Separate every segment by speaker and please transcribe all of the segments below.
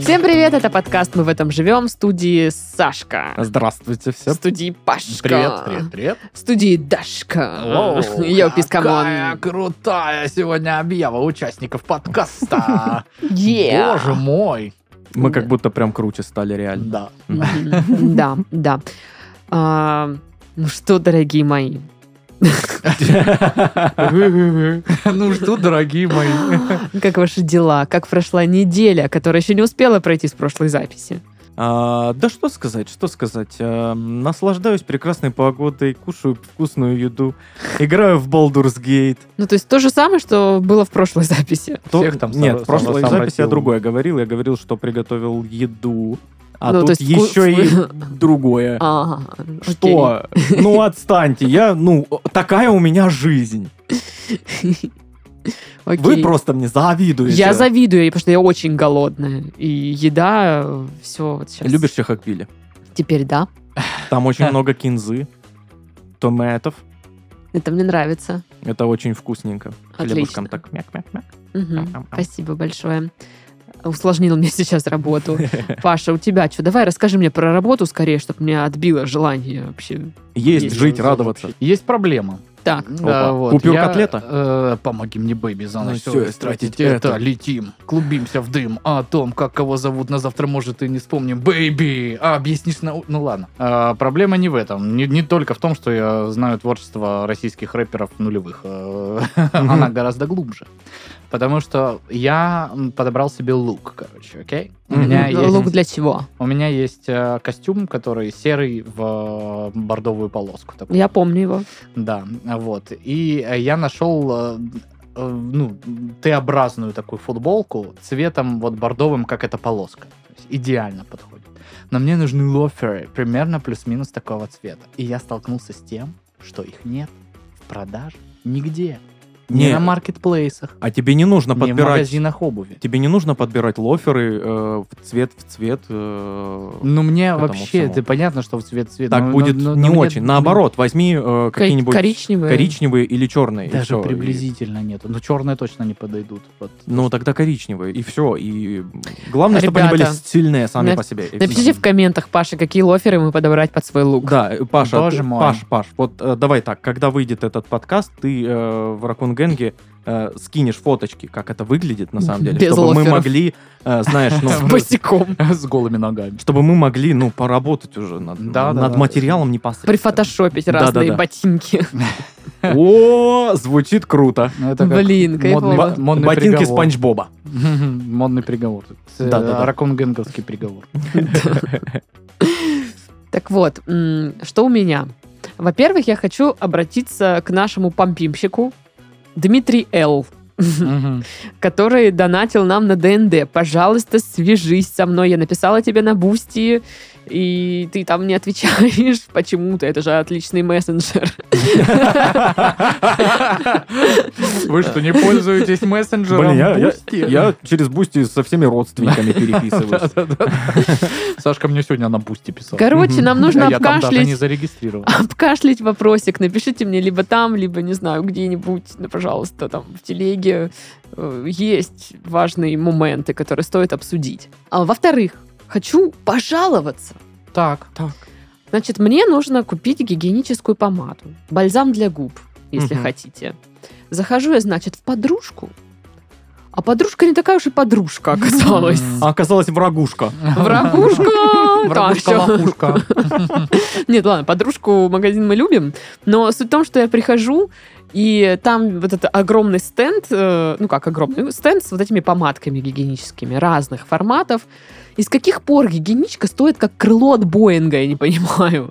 Speaker 1: Всем привет, это подкаст «Мы в этом живем» в студии Сашка.
Speaker 2: Здравствуйте
Speaker 1: В
Speaker 2: всем.
Speaker 1: студии Пашка.
Speaker 2: Привет, привет, привет.
Speaker 1: В студии Дашка.
Speaker 2: Воу,
Speaker 1: Йо,
Speaker 2: Какая
Speaker 1: пискамон.
Speaker 2: крутая сегодня объява участников подкаста.
Speaker 1: Yeah.
Speaker 2: Боже мой.
Speaker 3: Мы как будто прям круче стали реально.
Speaker 2: Да.
Speaker 1: Мгм. Да, да. А, Ну что, дорогие мои,
Speaker 2: Ну что, дорогие мои.
Speaker 1: как ваши дела? Как прошла неделя, которая еще не успела пройти с прошлой записи?
Speaker 3: А, да что сказать, что сказать. А, наслаждаюсь прекрасной погодой, кушаю вкусную еду, играю в Baldur's Gate.
Speaker 1: Ну, то есть то же самое, что было в прошлой записи.
Speaker 3: То-
Speaker 2: Всех там
Speaker 3: Нет,
Speaker 2: сам-
Speaker 3: в прошлой
Speaker 2: сам
Speaker 3: записи я
Speaker 2: обратил.
Speaker 3: другое говорил. Я говорил, что приготовил еду, а
Speaker 1: Ну, то
Speaker 3: тут
Speaker 1: есть вку- А,
Speaker 3: еще и другое.
Speaker 1: Ага,
Speaker 3: Что? Ну, отстаньте. Я, ну, такая у меня жизнь.
Speaker 1: окей. Окей.
Speaker 3: Вы просто мне завидуете.
Speaker 1: Я завидую, потому что я очень голодная. И еда, все вот сейчас.
Speaker 3: Любишь чехакпили?
Speaker 1: Теперь, да.
Speaker 3: Там очень много кинзы, томатов.
Speaker 1: Это мне нравится.
Speaker 3: Это очень вкусненько.
Speaker 1: Отлично.
Speaker 3: Хлебушком так мяк-мяк-мяк.
Speaker 1: Мгм.
Speaker 3: Ам-ам-ам.
Speaker 1: Спасибо большое. Усложнил мне сейчас работу. Паша, у тебя что? Давай расскажи мне про работу скорее, чтобы меня отбило желание вообще.
Speaker 3: Есть,
Speaker 1: Есть
Speaker 3: жить, радоваться.
Speaker 2: Есть проблема.
Speaker 1: Так,
Speaker 2: Да,
Speaker 3: Опа.
Speaker 2: вот,
Speaker 3: Купюр
Speaker 2: я,
Speaker 3: котлета?
Speaker 2: э, помоги мне, бэйби, за
Speaker 3: Ну
Speaker 2: ночь
Speaker 3: всё,
Speaker 2: всё
Speaker 3: истратить
Speaker 2: истратить это.
Speaker 3: это.
Speaker 2: Летим, клубимся в дым. О том, как кого зовут на завтра, может, и не вспомним. Бэйби, а, объяснишь на... у- Ну ладно. А, проблема не в этом. Не, не только в том, что я знаю творчество российских рэперов нулевых. Э, Она гораздо глубже. Потому что я м, подобрал себе лук, короче, окей? У
Speaker 3: Мгм.
Speaker 2: меня
Speaker 1: ну, лук
Speaker 2: есть...
Speaker 1: для чего?
Speaker 2: У меня есть э, костюм, который серый в э, бордовую полоску. такой.
Speaker 1: Я помню его.
Speaker 2: Да, вот. И э, я нашел э, э, ну, Т-образную такую футболку цветом вот бордовым, как эта полоска. То есть идеально подходит. Но мне нужны лоферы примерно плюс-минус такого цвета. И я столкнулся с тем, что их нет в продаже нигде. Не
Speaker 3: Не,
Speaker 2: на маркетплейсах,
Speaker 3: а тебе не нужно
Speaker 2: не в
Speaker 3: подбирать...
Speaker 2: магазинах обуви.
Speaker 3: Тебе не нужно подбирать лоферы э, в цвет в цвет. э,
Speaker 2: Ну, мне
Speaker 3: этому
Speaker 2: вообще,
Speaker 3: всему.
Speaker 2: это понятно, что в цвет-цвет.
Speaker 3: так
Speaker 2: но-
Speaker 3: будет
Speaker 2: но- но-
Speaker 3: не
Speaker 2: но мне-
Speaker 3: очень. Наоборот, возьми э,
Speaker 1: Кор-
Speaker 3: какие-нибудь
Speaker 1: коричневые.
Speaker 3: коричневые или черные. и
Speaker 2: Даже
Speaker 3: всё, и-
Speaker 2: приблизительно нету. Но черные точно не подойдут. Вот.
Speaker 3: Ну, тогда коричневые, и все. И главное, чтобы они
Speaker 1: Ребята,
Speaker 3: были сильные сами
Speaker 1: нап-
Speaker 3: по себе. И
Speaker 1: Напишите в комментах, Паша, какие лоферы мы подобрать под свой лук.
Speaker 3: Да, э, Паша,
Speaker 2: Боже
Speaker 3: ты-
Speaker 2: мой.
Speaker 3: Паш, Паш, вот э, давай так, когда выйдет этот подкаст, ты э, в Ракунгенге э, скинешь фоточки, как это выглядит на самом деле,
Speaker 1: Без
Speaker 3: чтобы мы
Speaker 1: лоферов.
Speaker 3: могли, э, знаешь, ну,
Speaker 1: С босиком.
Speaker 2: С голыми ногами.
Speaker 3: чтобы мы могли, ну, поработать уже над,
Speaker 2: Да, да,
Speaker 3: над
Speaker 2: да.
Speaker 3: материалом непосредственно.
Speaker 1: Прифотошопить
Speaker 3: Да-да-да.
Speaker 1: разные ботинки.
Speaker 3: О, звучит круто.
Speaker 2: Ну, это как
Speaker 1: Блин,
Speaker 2: модный
Speaker 1: кайфово.
Speaker 2: ба- Модный
Speaker 3: Ботинки
Speaker 2: приговор.
Speaker 3: Спанч Боба.
Speaker 2: Модный приговор.
Speaker 3: Да-да-да.
Speaker 2: Ракунгенговский приговор.
Speaker 1: Так вот, м, что у меня? Во-первых, я хочу обратиться к нашему помпимщику Дмитрий Л.,
Speaker 2: Мгм.
Speaker 1: который донатил нам на ДНД. Пожалуйста, свяжись со мной. Я написала тебе на Бусти, и ты там не отвечаешь почему-то. Это же отличный мессенджер.
Speaker 2: Вы что, не пользуетесь мессенджером?
Speaker 3: Блин, я, я-
Speaker 2: Бусти?
Speaker 3: я через Бусти со всеми родственниками переписываюсь.
Speaker 2: Да-да-да. Сашка мне сегодня на бусте писал.
Speaker 1: Короче,
Speaker 3: Мгм.
Speaker 1: нам нужно
Speaker 2: А я там даже не
Speaker 1: обкашлять
Speaker 2: зарегистрирован.
Speaker 1: обкашлять вопросик. Напишите мне либо там, либо, не знаю, где-нибудь, ну, пожалуйста, там, в телеге. Э, Есть важные моменты, которые стоит обсудить. А, во-вторых, хочу пожаловаться.
Speaker 2: Так. Так.
Speaker 1: Значит, мне нужно купить гигиеническую помаду, бальзам для губ, если
Speaker 3: Мгм.
Speaker 1: хотите. Захожу я, значит, в подружку, а подружка не такая уж и подружка оказалась.
Speaker 3: А оказалось, врагушка.
Speaker 1: Врагушка! Так,
Speaker 2: Врагушка,
Speaker 1: всё.
Speaker 2: лохушка.
Speaker 1: Нет, ладно, подружку магазин мы любим, но суть в том, что я прихожу, и там вот этот огромный стенд, э, ну как огромный, ну, стенд с вот этими помадками гигиеническими разных форматов. Из каких пор гигиеничка стоит как крыло от Боинга, я не понимаю.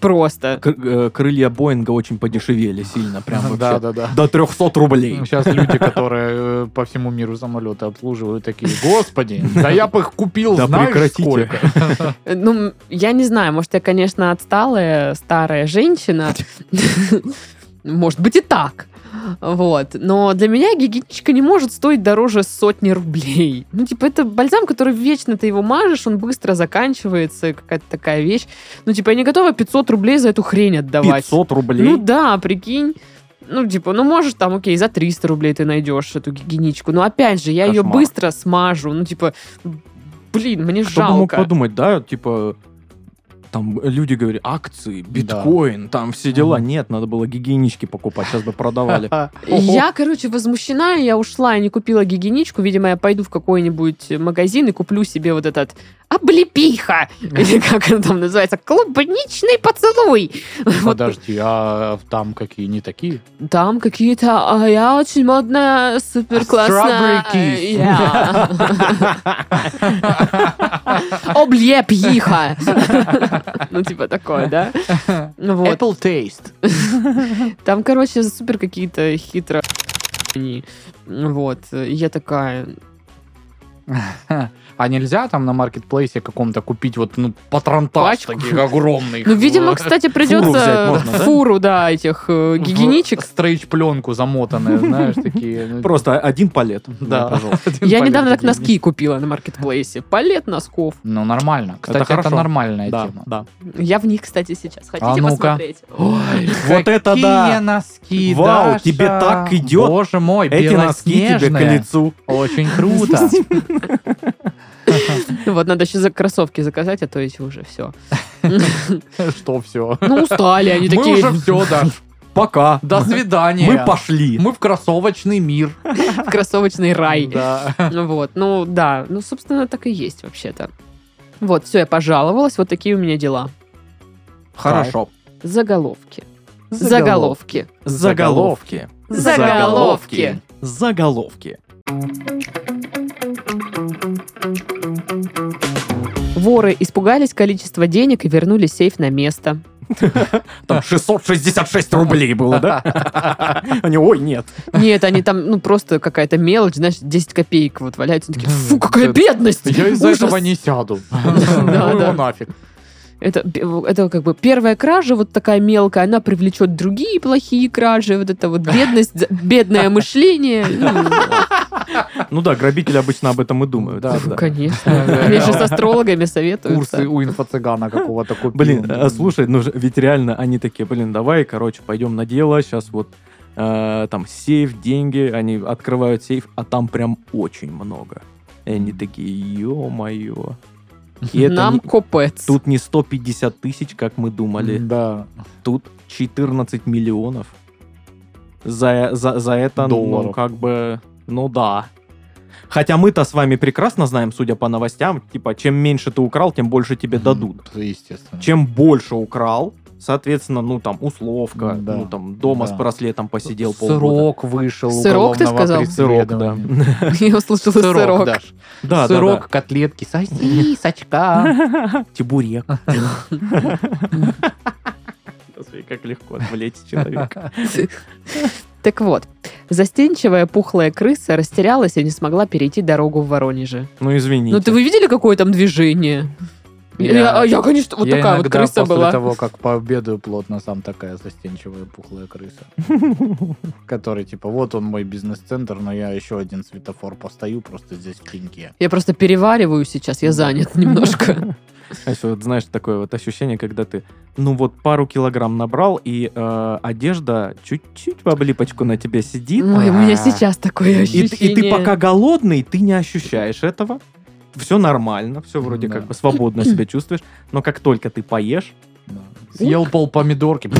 Speaker 1: Просто.
Speaker 3: Кр- э, Крылья Боинга очень подешевели сильно, прям вообще.
Speaker 2: Да-да-да.
Speaker 3: До 300 рублей.
Speaker 2: Сейчас люди, которые э, по всему миру самолеты обслуживают, такие, господи, да я бы их купил,
Speaker 3: Да
Speaker 2: знаешь,
Speaker 3: прекратите.
Speaker 2: сколько.
Speaker 1: Ну, я не знаю, может, я, конечно, отсталая старая женщина. Может быть и так. Вот. Но для меня гигиеничка не может стоить дороже сотни рублей. Ну, типа, это бальзам, который вечно ты его мажешь, он быстро заканчивается, какая-то такая вещь. Ну, типа, я не готова 500 рублей за эту хрень отдавать.
Speaker 3: 500 рублей.
Speaker 1: Ну да, прикинь. Ну, типа, ну можешь там, окей, за 300 рублей ты найдешь эту гигиеничку. Но опять же, я ее
Speaker 3: Кошмар.
Speaker 1: быстро смажу. Ну, типа, блин, мне
Speaker 3: Кто бы мог
Speaker 1: жалко.
Speaker 3: подумать, да, типа там люди говорят, акции, биткоин, там все дела.
Speaker 2: Мгм.
Speaker 3: Нет, надо было гигиенички покупать, сейчас бы продавали.
Speaker 1: Я, короче, возмущена, я ушла, я не купила гигиеничку. Видимо, я пойду в какой-нибудь магазин и куплю себе вот этот облепиха, или как она там называется, клубничный поцелуй. Вот
Speaker 2: Подожди, а там какие не такие?
Speaker 1: там какие-то, а я очень модная, э, супер классная.
Speaker 2: Strawberry kiss.
Speaker 1: Облепиха. Ну, типа такое, да? Вот.
Speaker 2: Apple Taste.
Speaker 1: Там, короче, супер какие-то хитро... они. Вот. И Я такая...
Speaker 2: А нельзя там на маркетплейсе каком-то купить вот, ну, патронтаж
Speaker 1: Пачку?
Speaker 2: таких огромных?
Speaker 1: Ну, видимо, кстати,
Speaker 3: взять
Speaker 1: придется
Speaker 3: можно, да?
Speaker 1: фуру, да, этих э, гигиеничек.
Speaker 2: стрейч-пленку замотанную, знаешь, такие. ну,
Speaker 3: Просто один палет.
Speaker 2: Да.
Speaker 3: пожалуйста.
Speaker 2: один
Speaker 1: Я
Speaker 2: полет
Speaker 1: недавно так
Speaker 2: гигиеничный.
Speaker 1: носки купила на маркетплейсе. Палет носков.
Speaker 2: Ну, нормально. Кстати, это,
Speaker 3: хорошо.
Speaker 2: нормальная
Speaker 3: Да,
Speaker 2: тема.
Speaker 3: да.
Speaker 1: Я в них, кстати, сейчас. Хотите
Speaker 2: А ну-ка.
Speaker 1: посмотреть?
Speaker 2: Ой,
Speaker 3: Вот это
Speaker 2: какие
Speaker 3: да!
Speaker 2: носки,
Speaker 3: Вау,
Speaker 2: Даша!
Speaker 3: тебе так идет.
Speaker 2: Боже мой,
Speaker 3: Эти носки тебе к
Speaker 2: белоснежные.
Speaker 3: лицу.
Speaker 2: Очень круто.
Speaker 1: Ну Вот, надо еще за кроссовки заказать, а то эти уже все.
Speaker 2: Что все?
Speaker 1: Ну, устали они
Speaker 2: Мы
Speaker 1: такие.
Speaker 2: уже все, да.
Speaker 3: Пока.
Speaker 2: До свидания.
Speaker 3: Мы пошли.
Speaker 2: Мы в кроссовочный мир.
Speaker 1: Кроссовочный рай.
Speaker 2: Да.
Speaker 1: Ну Вот, ну да, ну, собственно, так и есть вообще-то. Вот, все, я пожаловалась, вот такие у меня дела.
Speaker 3: Хорошо.
Speaker 1: Заголовки. Заголовки.
Speaker 3: Заголовки.
Speaker 1: Заголовки.
Speaker 3: Заголовки.
Speaker 1: Воры испугались количества денег и вернули сейф на место.
Speaker 3: Там 666 рублей было, да? Они, ой, нет.
Speaker 1: Нет, они там, ну, просто какая-то мелочь, знаешь, 10 копеек вот валяются. Они такие, фу,
Speaker 2: Ну,
Speaker 1: какая
Speaker 2: это-
Speaker 1: бедность!
Speaker 2: Я из-за
Speaker 1: Ужас!»
Speaker 2: этого не сяду.
Speaker 1: Да,
Speaker 2: Ну
Speaker 1: да.
Speaker 2: его нафиг.
Speaker 1: Это, это как бы первая кража, вот такая мелкая, она привлечет другие плохие кражи, вот это вот бедность, за- бедное мышление. Ну,
Speaker 3: Ну да, грабители обычно об этом и думают.
Speaker 2: Да,
Speaker 3: Да.
Speaker 1: Конечно. Мне же с астрологами
Speaker 2: Курсы
Speaker 1: советуются.
Speaker 2: у инфо-цыгана какого-то купил.
Speaker 3: Блин, а, слушай, ну ж- ведь реально они такие, блин, давай, короче, пойдем на дело, сейчас вот э, там сейф, деньги, они открывают сейф, а там прям очень много. И они такие, ё-моё. И это
Speaker 1: Нам
Speaker 3: не-
Speaker 1: копец.
Speaker 3: тут не 150 тысяч, как мы думали,
Speaker 2: Да.
Speaker 3: тут 14 миллионов. За, за, за это, ну,
Speaker 2: Долларов.
Speaker 3: как бы, ну да. Хотя мы-то с вами прекрасно знаем, судя по новостям, типа, чем меньше ты украл, тем больше тебе дадут.
Speaker 2: М, Естественно.
Speaker 3: чем больше украл, соответственно, ну там условка,
Speaker 2: Да.
Speaker 3: ну там дома
Speaker 2: Да.
Speaker 3: с браслетом посидел полгода.
Speaker 2: Срок вышел
Speaker 1: Сырок, ты
Speaker 2: уголовного
Speaker 1: сказал?
Speaker 3: Сырок, да.
Speaker 2: преследования.
Speaker 1: Я услышала
Speaker 2: Сырок,
Speaker 1: сырок.
Speaker 2: Даш.
Speaker 3: Да,
Speaker 2: Сырок, котлетки, сосисочка.
Speaker 3: Тибурек. Господи, как легко отвлечь человека.
Speaker 1: Так вот, застенчивая пухлая крыса растерялась и не смогла перейти дорогу в Воронеже.
Speaker 3: Ну, извините.
Speaker 1: Ну, ты вы видели, какое там движение? Ну,
Speaker 2: Я-
Speaker 1: Я, а я, конечно, вот
Speaker 2: Я
Speaker 1: такая вот
Speaker 2: иногда
Speaker 1: крыса
Speaker 2: после
Speaker 1: была.
Speaker 2: того, как пообедаю плотно, сам такая застенчивая пухлая крыса. Который типа, вот он мой бизнес-центр, но я еще один светофор постою просто здесь в теньке.
Speaker 1: Я просто перевариваю сейчас, я занят немножко.
Speaker 3: А ещё вот знаешь, такое вот ощущение, когда ты, ну вот, пару килограмм набрал, и э, одежда чуть-чуть в облипочку на тебе сидит.
Speaker 1: Ой, у меня
Speaker 2: А.
Speaker 1: сейчас такое
Speaker 3: И,
Speaker 1: ощущение.
Speaker 3: ты- и ты пока голодный, ты не ощущаешь этого. Все нормально, все вроде
Speaker 2: Да.
Speaker 3: как бы свободно себя чувствуешь. Но как только ты поешь,
Speaker 2: Да. Съел пол помидорки.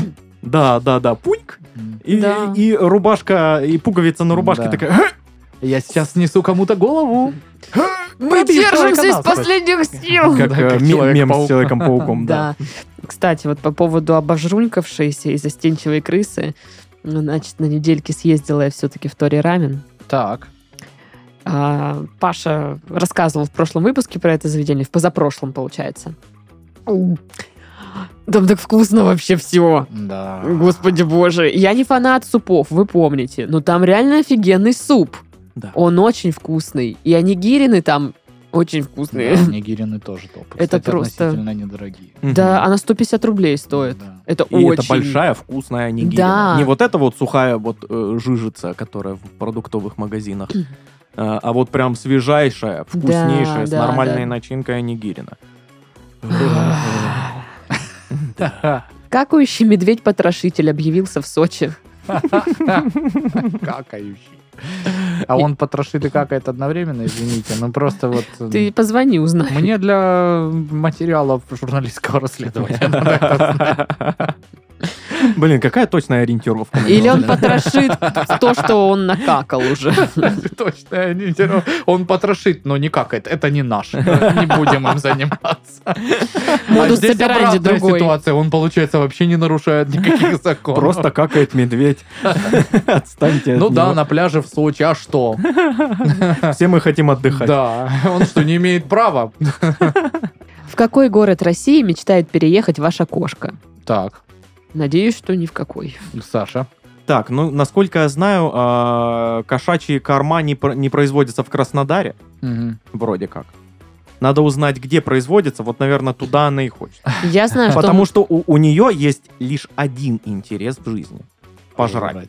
Speaker 3: да, да, да, пуньк, и,
Speaker 1: Да.
Speaker 3: и рубашка, и пуговица на рубашке
Speaker 2: Да.
Speaker 3: такая, «Ха!»
Speaker 2: Я сейчас снесу кому-то голову.
Speaker 1: Мы
Speaker 2: Выбей
Speaker 1: держимся
Speaker 2: человека
Speaker 1: из
Speaker 2: нас, Кать.
Speaker 1: последних сил!
Speaker 3: как,
Speaker 2: Да,
Speaker 3: э,
Speaker 2: как
Speaker 3: ме-
Speaker 2: Человек-паук.
Speaker 3: мем с Человеком-пауком, да.
Speaker 1: Да. Кстати, вот по поводу обожрунькавшейся и застенчивой крысы, ну, значит, на недельке съездила я все-таки в Тори Рамен.
Speaker 2: Так.
Speaker 1: А, Паша рассказывал в прошлом выпуске про это заведение, в позапрошлом, получается. Там так вкусно вообще все.
Speaker 2: Да.
Speaker 1: Господи боже. Я не фанат супов, вы помните. Но там реально офигенный суп.
Speaker 3: Да.
Speaker 1: Он очень вкусный. И анигирины там... Очень вкусные.
Speaker 2: Да, нигерины тоже топ.
Speaker 1: Это
Speaker 2: Кстати,
Speaker 1: просто-
Speaker 2: относительно недорогие.
Speaker 1: Да,
Speaker 3: Мгм.
Speaker 1: она 150 рублей стоит.
Speaker 2: Да.
Speaker 1: Это
Speaker 3: И
Speaker 1: очень...
Speaker 3: это большая вкусная нигерина.
Speaker 1: Да.
Speaker 3: Не вот эта вот сухая вот э, жижица, которая в продуктовых магазинах, э, а вот прям свежайшая, вкуснейшая, с
Speaker 1: да,
Speaker 3: нормальной
Speaker 1: да. А.
Speaker 3: начинкой нигерина.
Speaker 1: Какающий медведь-потрошитель объявился в Сочи.
Speaker 2: Какающий. А он потрошит и какает одновременно, извините. Ну просто вот... э,
Speaker 1: Ты позвони, узнай.
Speaker 2: Мне для материалов журналистского расследования надо это знать.
Speaker 3: Блин, какая точная ориентировка. у
Speaker 1: Или
Speaker 3: него,
Speaker 1: он
Speaker 3: да?
Speaker 1: потрошит то, что он накакал уже.
Speaker 2: Точно, я не знаю. он потрошит, но не какает. Это не наш. Не будем им заниматься.
Speaker 1: Модус
Speaker 2: а здесь
Speaker 1: операнди
Speaker 2: обратная
Speaker 1: другой.
Speaker 2: ситуация. Он, получается, вообще не нарушает никаких законов.
Speaker 3: Просто какает медведь. Отстаньте от
Speaker 2: Ну да,
Speaker 3: него.
Speaker 2: на пляже в Сочи, а что?
Speaker 3: Все мы хотим отдыхать.
Speaker 2: Да, он что, не имеет права?
Speaker 1: В какой город России мечтает переехать ваша кошка?
Speaker 2: Так,
Speaker 1: Надеюсь, что ни в какой.
Speaker 2: Саша.
Speaker 3: Так, ну, насколько я знаю, а, кошачьи корма не про- не производятся в Краснодаре,
Speaker 2: Мгм.
Speaker 3: вроде как. Надо узнать, где производится. Вот, наверное, туда она и хочет.
Speaker 1: Я знаю, А что...
Speaker 3: Потому что у, у нее есть лишь один интерес в жизни. Пожрать.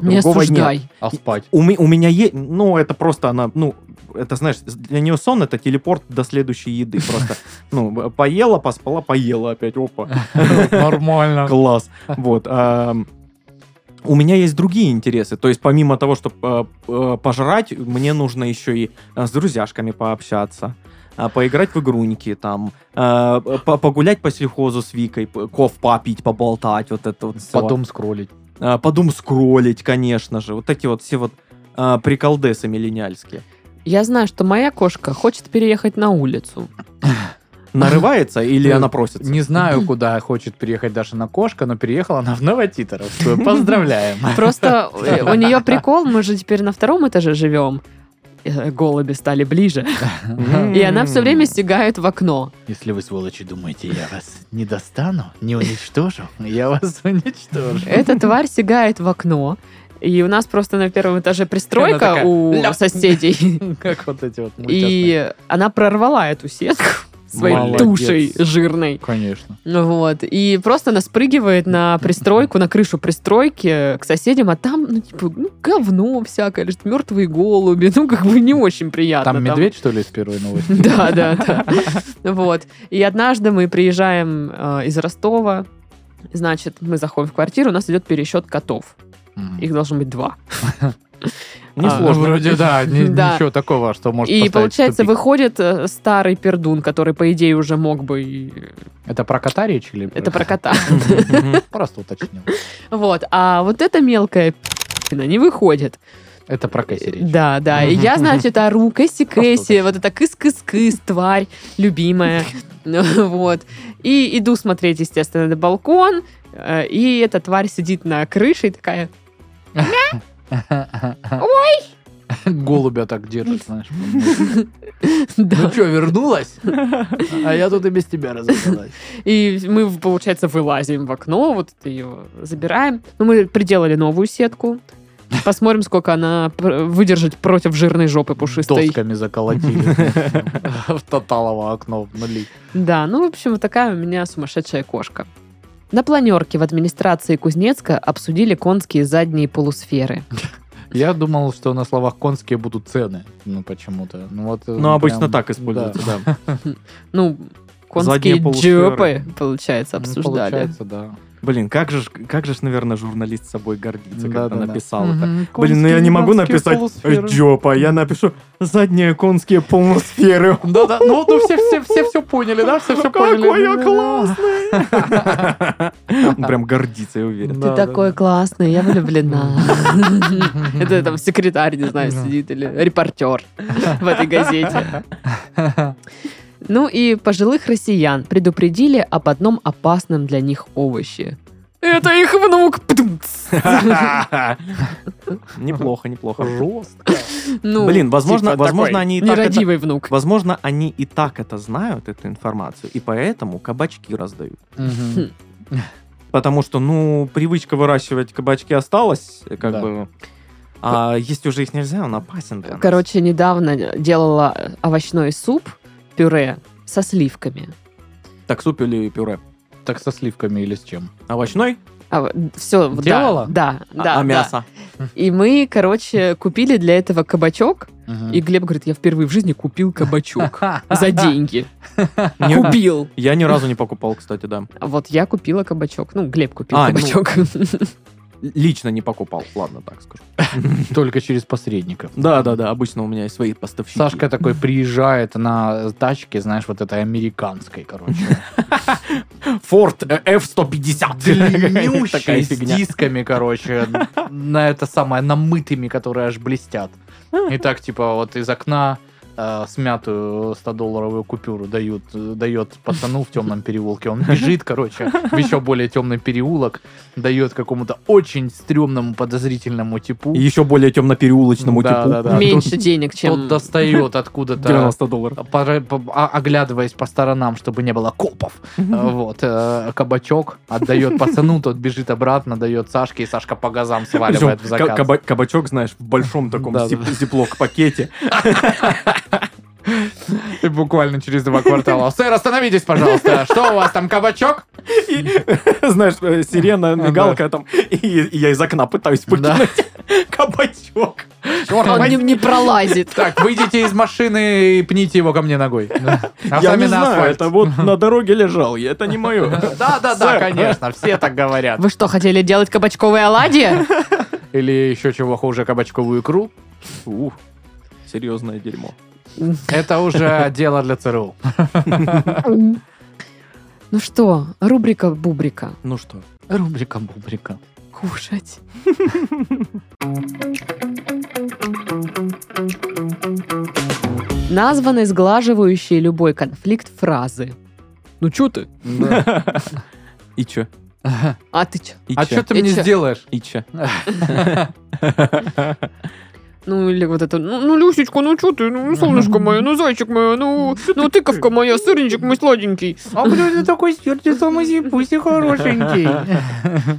Speaker 1: Не
Speaker 3: другого нет.
Speaker 1: осуждай.
Speaker 2: А спать?
Speaker 3: У, ме- у меня есть... Ну, это просто она... Ну, это, знаешь, для нее сон — это телепорт до следующей еды. Просто, ну, поела, поспала, поела опять. Опа.
Speaker 2: Нормально.
Speaker 3: Класс. Вот. ам, У меня есть другие интересы. То есть, помимо того, чтобы пожрать, мне нужно еще и э, с друзьяшками пообщаться. а, Поиграть в игруньки, там, э, по- погулять по сельхозу с Викой, п- коф попить, поболтать, вот это вот всё.
Speaker 2: Потом скроллить.
Speaker 3: Э, Подум скроллить, конечно же. Вот эти вот все вот э, приколдесы миллениальские.
Speaker 1: Я знаю, что моя кошка хочет переехать на улицу.
Speaker 3: Нарывается или
Speaker 2: Ну,
Speaker 3: она просится?
Speaker 2: Не знаю, куда хочет переехать Дашина кошка, но переехала она в Новотиторовскую. Поздравляем.
Speaker 1: Просто э, у нее прикол, мы же теперь на втором этаже живем. Э, Голуби стали ближе.
Speaker 3: М.
Speaker 1: И она все время стегает в окно.
Speaker 2: Если вы, сволочи, думаете, я вас не достану, не уничтожу, я вас уничтожу.
Speaker 1: Эта тварь стегает в окно. И у нас просто на первом этаже пристройка
Speaker 2: Она такая,
Speaker 1: у
Speaker 2: «Ляп».
Speaker 1: соседей.
Speaker 2: Как вот эти вот мультяшные.
Speaker 1: И она прорвала эту сетку своей
Speaker 2: Молодец.
Speaker 1: тушей жирной.
Speaker 2: Конечно.
Speaker 1: Ну Вот. И просто она спрыгивает на пристройку, на крышу пристройки к соседям, а там, ну, типа, ну, говно всякое, лежит, мертвые голуби. Ну, как бы не очень приятно.
Speaker 2: Там медведь, что ли, из первой новости?
Speaker 1: Да, да, да. Вот. И однажды мы приезжаем э, из Ростова, значит, мы заходим в квартиру, у нас идет пересчет котов.
Speaker 2: Мгм.
Speaker 1: Их должно быть два.
Speaker 3: Не
Speaker 2: А, ну,
Speaker 3: сложно.
Speaker 2: вроде, да, ни-
Speaker 1: Да.
Speaker 2: ничего такого, что может
Speaker 1: И
Speaker 2: поставить
Speaker 1: получается,
Speaker 2: в тупик.
Speaker 1: выходит э, старый пердун, который, по идее, уже мог бы... и-
Speaker 2: Это про кота речь или...
Speaker 1: Это про кота.
Speaker 2: А, ну,
Speaker 3: Мгм.
Speaker 2: Просто уточнил.
Speaker 1: Вот. А вот эта мелкая пи***ина не выходит.
Speaker 2: Это про
Speaker 1: Э,
Speaker 2: Кэсси речь.
Speaker 1: Да, да. И я, значит, ору, Кэсси, Кэсси,
Speaker 2: уточнил.
Speaker 1: вот это кыс-кыс-кыс, тварь любимая. Ну, Вот. И иду смотреть, естественно, на балкон, э, и эта тварь сидит на крыше и такая...
Speaker 2: Ой! Голубя так держит, знаешь.
Speaker 1: Да.
Speaker 2: Ну что, вернулась? А я тут и без тебя разобралась.
Speaker 1: И мы, получается, вылазим в окно, вот это ее забираем. Ну, мы приделали новую сетку. Посмотрим, сколько она пр- выдержит против жирной жопы пушистой.
Speaker 2: Досками заколотили. В тоталово окно в нули.
Speaker 1: Да, ну, в общем, вот такая у меня сумасшедшая кошка. На планерке в администрации Кузнецка обсудили конские задние полусферы.
Speaker 2: Я думал, что на словах конские будут цены. Ну, почему-то. Ну, вот, э,
Speaker 3: Ну, обычно
Speaker 2: прям,
Speaker 3: так используется,
Speaker 2: да.
Speaker 3: да.
Speaker 1: Ну, конские
Speaker 3: Задние полусферы.
Speaker 1: джепы, получается,
Speaker 2: Ну,
Speaker 1: обсуждали.
Speaker 2: Получается, да.
Speaker 3: Блин, как же, ж- как же, ж, наверное, журналист собой гордится, когда
Speaker 2: Да-да-да.
Speaker 3: написал это.
Speaker 2: Мгм.
Speaker 3: Блин, ну я
Speaker 2: Конские
Speaker 3: не могу
Speaker 2: конские
Speaker 3: написать э,
Speaker 2: полусферы.
Speaker 3: джопа, я напишу задние конские полусферы.
Speaker 2: Да-да, ну, ну, все, все, все, все поняли, да? Все, все поняли.
Speaker 3: Какой я классный! Он прям гордится, я уверен.
Speaker 1: Ты такой классный, я влюблена. Это там секретарь, не знаю, сидит или репортер в этой газете. Ну и пожилых россиян предупредили об одном опасном для них овоще. Это их внук! Пдумц.
Speaker 3: Неплохо, неплохо.
Speaker 2: Жестко.
Speaker 1: Ну,
Speaker 3: Блин, возможно,
Speaker 1: типа
Speaker 3: возможно
Speaker 1: такой
Speaker 3: они и так это-
Speaker 1: Нерадивый внук.
Speaker 3: Возможно, они и так это знают, эту информацию, и поэтому кабачки раздают.
Speaker 1: Хм.
Speaker 2: Мгм.
Speaker 3: Потому что, ну, привычка выращивать кабачки осталась, э, как
Speaker 2: Да.
Speaker 3: бы. А если уже их нельзя, он опасен для нас.
Speaker 1: Короче, недавно делала овощной суп, пюре со сливками.
Speaker 3: Так суп или пюре?
Speaker 2: Так со сливками или с чем?
Speaker 3: Овощной?
Speaker 1: все,
Speaker 2: Делала?
Speaker 1: Да,
Speaker 3: А-
Speaker 1: да,
Speaker 3: а
Speaker 1: да.
Speaker 3: мясо?
Speaker 1: И мы, короче, купили для этого кабачок. И Глеб говорит, я впервые в жизни купил кабачок за деньги.
Speaker 3: Не-
Speaker 1: Купил.
Speaker 3: Я ни разу не покупал, кстати, да.
Speaker 1: А Вот я купила кабачок. Ну, Глеб купил
Speaker 3: А, ну.
Speaker 1: кабачок.
Speaker 3: Лично не покупал, ладно, так скажу.
Speaker 2: Только через посредников.
Speaker 3: Да-да-да, обычно у меня есть свои поставщики.
Speaker 2: Сашка такой приезжает на тачке, знаешь, вот этой американской, короче.
Speaker 3: Форд
Speaker 2: э,
Speaker 3: F-150. Такая
Speaker 2: Длиннющей, с
Speaker 3: фигня.
Speaker 2: дисками, короче, на это самое, намытыми, которые аж блестят. И так, типа, вот из окна э, смятую 100-долларовую купюру дают, э, дает пацану в темном переулке. Он бежит, короче, в еще более темный переулок, дает какому-то очень стрёмному подозрительному типу.
Speaker 3: И еще более темно-переулочному
Speaker 2: Да, да,
Speaker 3: типу.
Speaker 2: да.
Speaker 1: Меньше денег,
Speaker 2: Тот
Speaker 1: чем...
Speaker 2: достает откуда-то
Speaker 3: 90 долларов.
Speaker 2: пора- по- а- оглядываясь по сторонам, чтобы не было копов. Э, Вот, э, кабачок отдает пацану, тот бежит обратно, дает Сашке, и Сашка по газам сваливает в
Speaker 3: Причем ка-
Speaker 2: заказ.
Speaker 3: каба- кабачок, знаешь, в большом таком
Speaker 2: Да,
Speaker 3: зип- зиплок-пакете.
Speaker 2: И буквально через два квартала. Сэр, остановитесь, пожалуйста. Что у вас там, кабачок?
Speaker 3: И, Знаешь, э, сирена, мигалка там. И и я из окна пытаюсь
Speaker 2: Да.
Speaker 3: покинуть кабачок.
Speaker 1: Он
Speaker 2: Чёрт
Speaker 1: не,
Speaker 2: возьми.
Speaker 1: не пролазит.
Speaker 2: Так, выйдите из машины и пните его ко мне ногой. А
Speaker 3: Я
Speaker 2: сами
Speaker 3: не
Speaker 2: на
Speaker 3: знаю,
Speaker 2: асфальт.
Speaker 3: это вот на дороге лежал, я- это не мое.
Speaker 2: Да, да, да,
Speaker 3: Сэр.
Speaker 2: конечно, все так говорят.
Speaker 1: Вы что, хотели делать кабачковые оладьи?
Speaker 2: Или еще чего хуже, кабачковую икру.
Speaker 3: Ух, серьезное дерьмо.
Speaker 2: Это уже дело для ЦРУ.
Speaker 1: Ну что, рубрика бубрика.
Speaker 3: Ну что,
Speaker 2: Рубрика бубрика.
Speaker 1: Кушать. Названы сглаживающие любой конфликт фразы. Ну чё ты?
Speaker 3: и че?
Speaker 1: А ты чё?
Speaker 3: И
Speaker 2: А что
Speaker 3: че?
Speaker 2: ты мне
Speaker 1: Ича.
Speaker 2: сделаешь?
Speaker 3: И че?
Speaker 1: Ну или вот это, ну, ну, Люсечка, ну чё ты, ну солнышко мое, ну зайчик мое, ну, ну тыковка моя, сырничек мой сладенький.
Speaker 2: А блин, ты такой сердце самый пусть и хорошенький.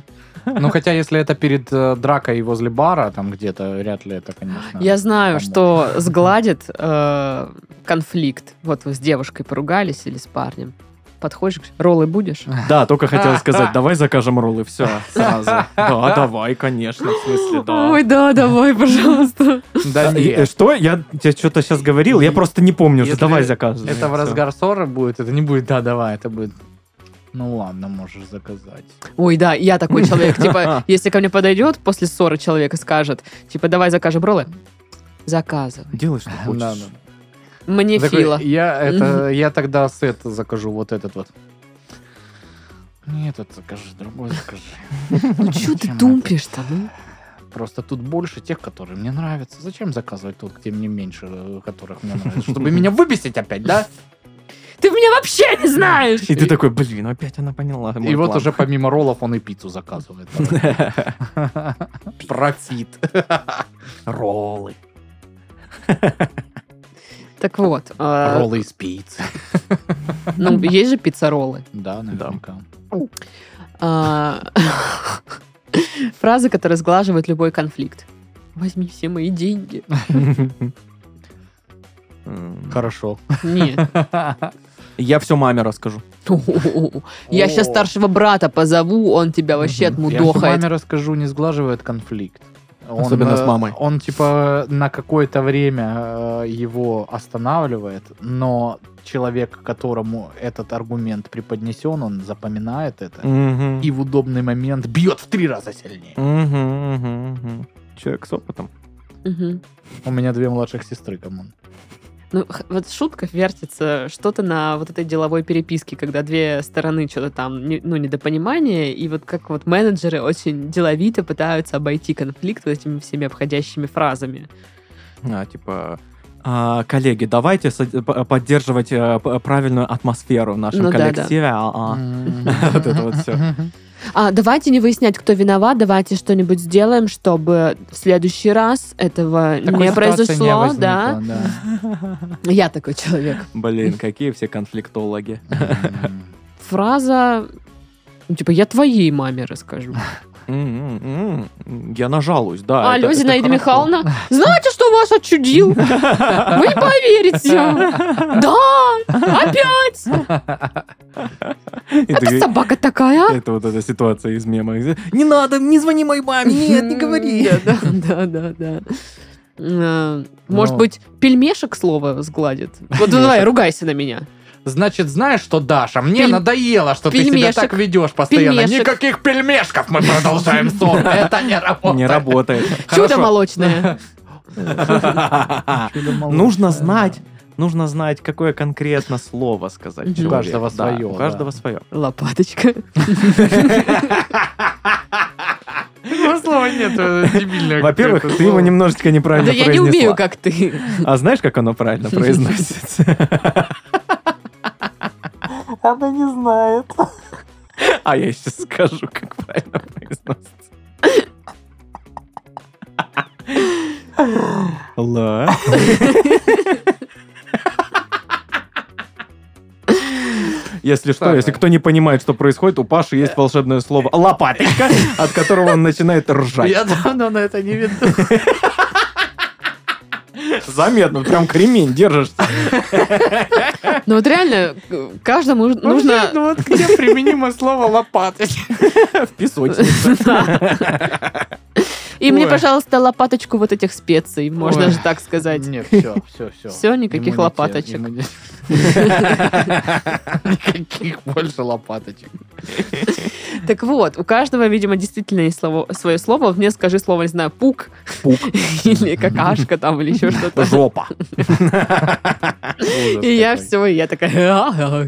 Speaker 2: Ну, хотя, если это перед э, дракой возле бара, там где-то, вряд ли это, конечно.
Speaker 1: Я знаю,
Speaker 2: поможет.
Speaker 1: что сгладит э, конфликт. Вот вы с девушкой поругались или с парнем. Подходишь, говоришь, роллы будешь?
Speaker 3: Да, только хотел сказать, давай закажем роллы, все, сразу. Да, давай, конечно, в смысле, да.
Speaker 1: Ой, да, давай, пожалуйста.
Speaker 2: Да
Speaker 3: Э, э,
Speaker 2: нет,
Speaker 3: Что? Я тебе что-то сейчас говорил, я просто не помню. уже.
Speaker 2: Если
Speaker 3: Давай закажем.
Speaker 2: это в
Speaker 3: Всё.
Speaker 2: разгар ссоры будет, это не будет, да, давай, это будет... Ну ладно, можешь заказать.
Speaker 1: Ой, да, я такой человек. Типа, если ко мне подойдет после ссоры человек и скажет, типа, давай закажем роллы, заказывай.
Speaker 3: Делай, что
Speaker 2: Да,
Speaker 3: хочешь.
Speaker 2: да.
Speaker 1: Мне
Speaker 2: Такой,
Speaker 1: фила.
Speaker 2: Я это, я тогда сет закажу, вот этот вот. Не этот закажи, другой закажи.
Speaker 1: Ну, что ты
Speaker 2: Зачем
Speaker 1: думпишь-то? ну?
Speaker 2: Просто тут больше тех, которые мне нравятся. Зачем заказывать тут, где мне меньше, э, которых мне нравится? Чтобы меня выбесить опять, да?
Speaker 1: Ты меня вообще не знаешь!
Speaker 3: И ты такой, блин, опять она поняла. мой
Speaker 2: И вот
Speaker 3: план».
Speaker 2: уже помимо роллов он и пиццу заказывает. Профит. Роллы.
Speaker 1: Так вот, э,
Speaker 2: Роллы из пиццы.
Speaker 1: ну, есть же пиццароллы.
Speaker 2: Да, наверняка.
Speaker 1: А, Фразы, которые сглаживают любой конфликт. Возьми все мои деньги.
Speaker 3: М.
Speaker 2: Хорошо.
Speaker 1: Нет.
Speaker 3: Я все маме расскажу.
Speaker 1: Я сейчас
Speaker 2: О.
Speaker 1: старшего брата позову, он тебя вообще
Speaker 3: Мгм.
Speaker 2: Я всё маме
Speaker 1: отмудохает.
Speaker 2: расскажу, не сглаживает конфликт. Он,
Speaker 3: Особенно с
Speaker 2: э,
Speaker 3: мамой.
Speaker 2: Он, типа, на какое-то время э, его останавливает, но человек, которому этот аргумент преподнесен, он запоминает это.
Speaker 3: Мгм.
Speaker 2: и в удобный момент бьет в три раза сильнее.
Speaker 3: Мгм, мгм, мгм. Человек с опытом.
Speaker 1: Мгм.
Speaker 2: У меня две младших сестры, камон.
Speaker 1: Ну, х- вот шутка вертится что-то на вот этой деловой переписке, когда две стороны что-то там, не- ну, недопонимание, и вот как вот менеджеры очень деловито пытаются обойти конфликт вот этими всеми обходящими фразами.
Speaker 3: А, типа, «А, коллеги, давайте со- п- поддерживать э, п- правильную атмосферу в нашем
Speaker 1: Ну да, да.
Speaker 3: коллективе. а, а».
Speaker 2: Вот
Speaker 3: это вот всё.
Speaker 1: А, давайте не выяснять, кто виноват, давайте что-нибудь сделаем, чтобы в следующий раз этого не произошло, да? Я такой человек.
Speaker 3: Блин, какие все конфликтологи.
Speaker 1: Фраза, ну, типа, я твоей маме расскажу.
Speaker 3: М-м-м. Я нажалуюсь, да.
Speaker 1: а,
Speaker 3: это-
Speaker 1: Лёзина
Speaker 3: это
Speaker 1: Аида
Speaker 3: хорошо.
Speaker 1: Михайловна, знаете, что вас отчудил? Вы не поверите. Да, опять.
Speaker 3: И
Speaker 1: Это
Speaker 3: ты-
Speaker 1: собака такая. а?
Speaker 3: Это вот эта ситуация из мема. где, Не надо, не звони моей маме, нет, А не говори.
Speaker 1: Да, Да, да, да, да. Э, Может
Speaker 2: Ну.
Speaker 1: быть, пельмешек слово сгладит? Вот давай, ругайся на меня.
Speaker 2: Значит, знаешь что, Даша, мне
Speaker 1: Пель-
Speaker 2: надоело, что ты себя
Speaker 1: пельмешек.
Speaker 2: так ведешь постоянно.
Speaker 1: Пельмешек.
Speaker 2: Никаких пельмешков мы продолжаем сон. Это не работает.
Speaker 3: Не работает.
Speaker 1: Чудо молочное.
Speaker 3: Нужно знать, нужно знать, какое конкретно слово сказать
Speaker 1: Мгм. У
Speaker 3: человеку.
Speaker 2: каждого
Speaker 3: Да,
Speaker 2: своё,
Speaker 3: У
Speaker 2: да.
Speaker 3: каждого свое.
Speaker 1: Лопаточка.
Speaker 2: слова Ну, нет, э, дебильное.
Speaker 3: Во-первых, ты его немножечко неправильно
Speaker 1: Да я не
Speaker 3: произнесла.
Speaker 1: умею, как ты.
Speaker 3: А знаешь, как оно правильно произносится? Она не знает. А я сейчас скажу, как правильно произносится. Ла. Если что,
Speaker 2: Так.
Speaker 3: если кто не понимает, что происходит, у Паши есть волшебное слово «лопаточка», от которого он начинает ржать.
Speaker 2: Я давно на это не веду.
Speaker 3: Заметно, прям кремень держишься.
Speaker 1: Ну вот реально, к- каждому нужно...
Speaker 2: Ну вот где применимо слово лопаты?
Speaker 3: В песочнице.
Speaker 1: И мне,
Speaker 2: ну. Ой.
Speaker 1: пожалуйста, лопаточку вот этих специй, можно
Speaker 2: Ой.
Speaker 1: даже так сказать.
Speaker 2: Нет, все, все, все.
Speaker 1: Всё, никаких лопаточек.
Speaker 2: Никаких больше лопаточек.
Speaker 1: Так вот, у каждого, видимо, действительно есть слово, свое слово. Вот Мне скажи слово, не знаю, пук.
Speaker 3: Пук.
Speaker 1: Или какашка там, или еще что-то.
Speaker 3: Жопа.
Speaker 1: И я все, и я такая... «А-а-а».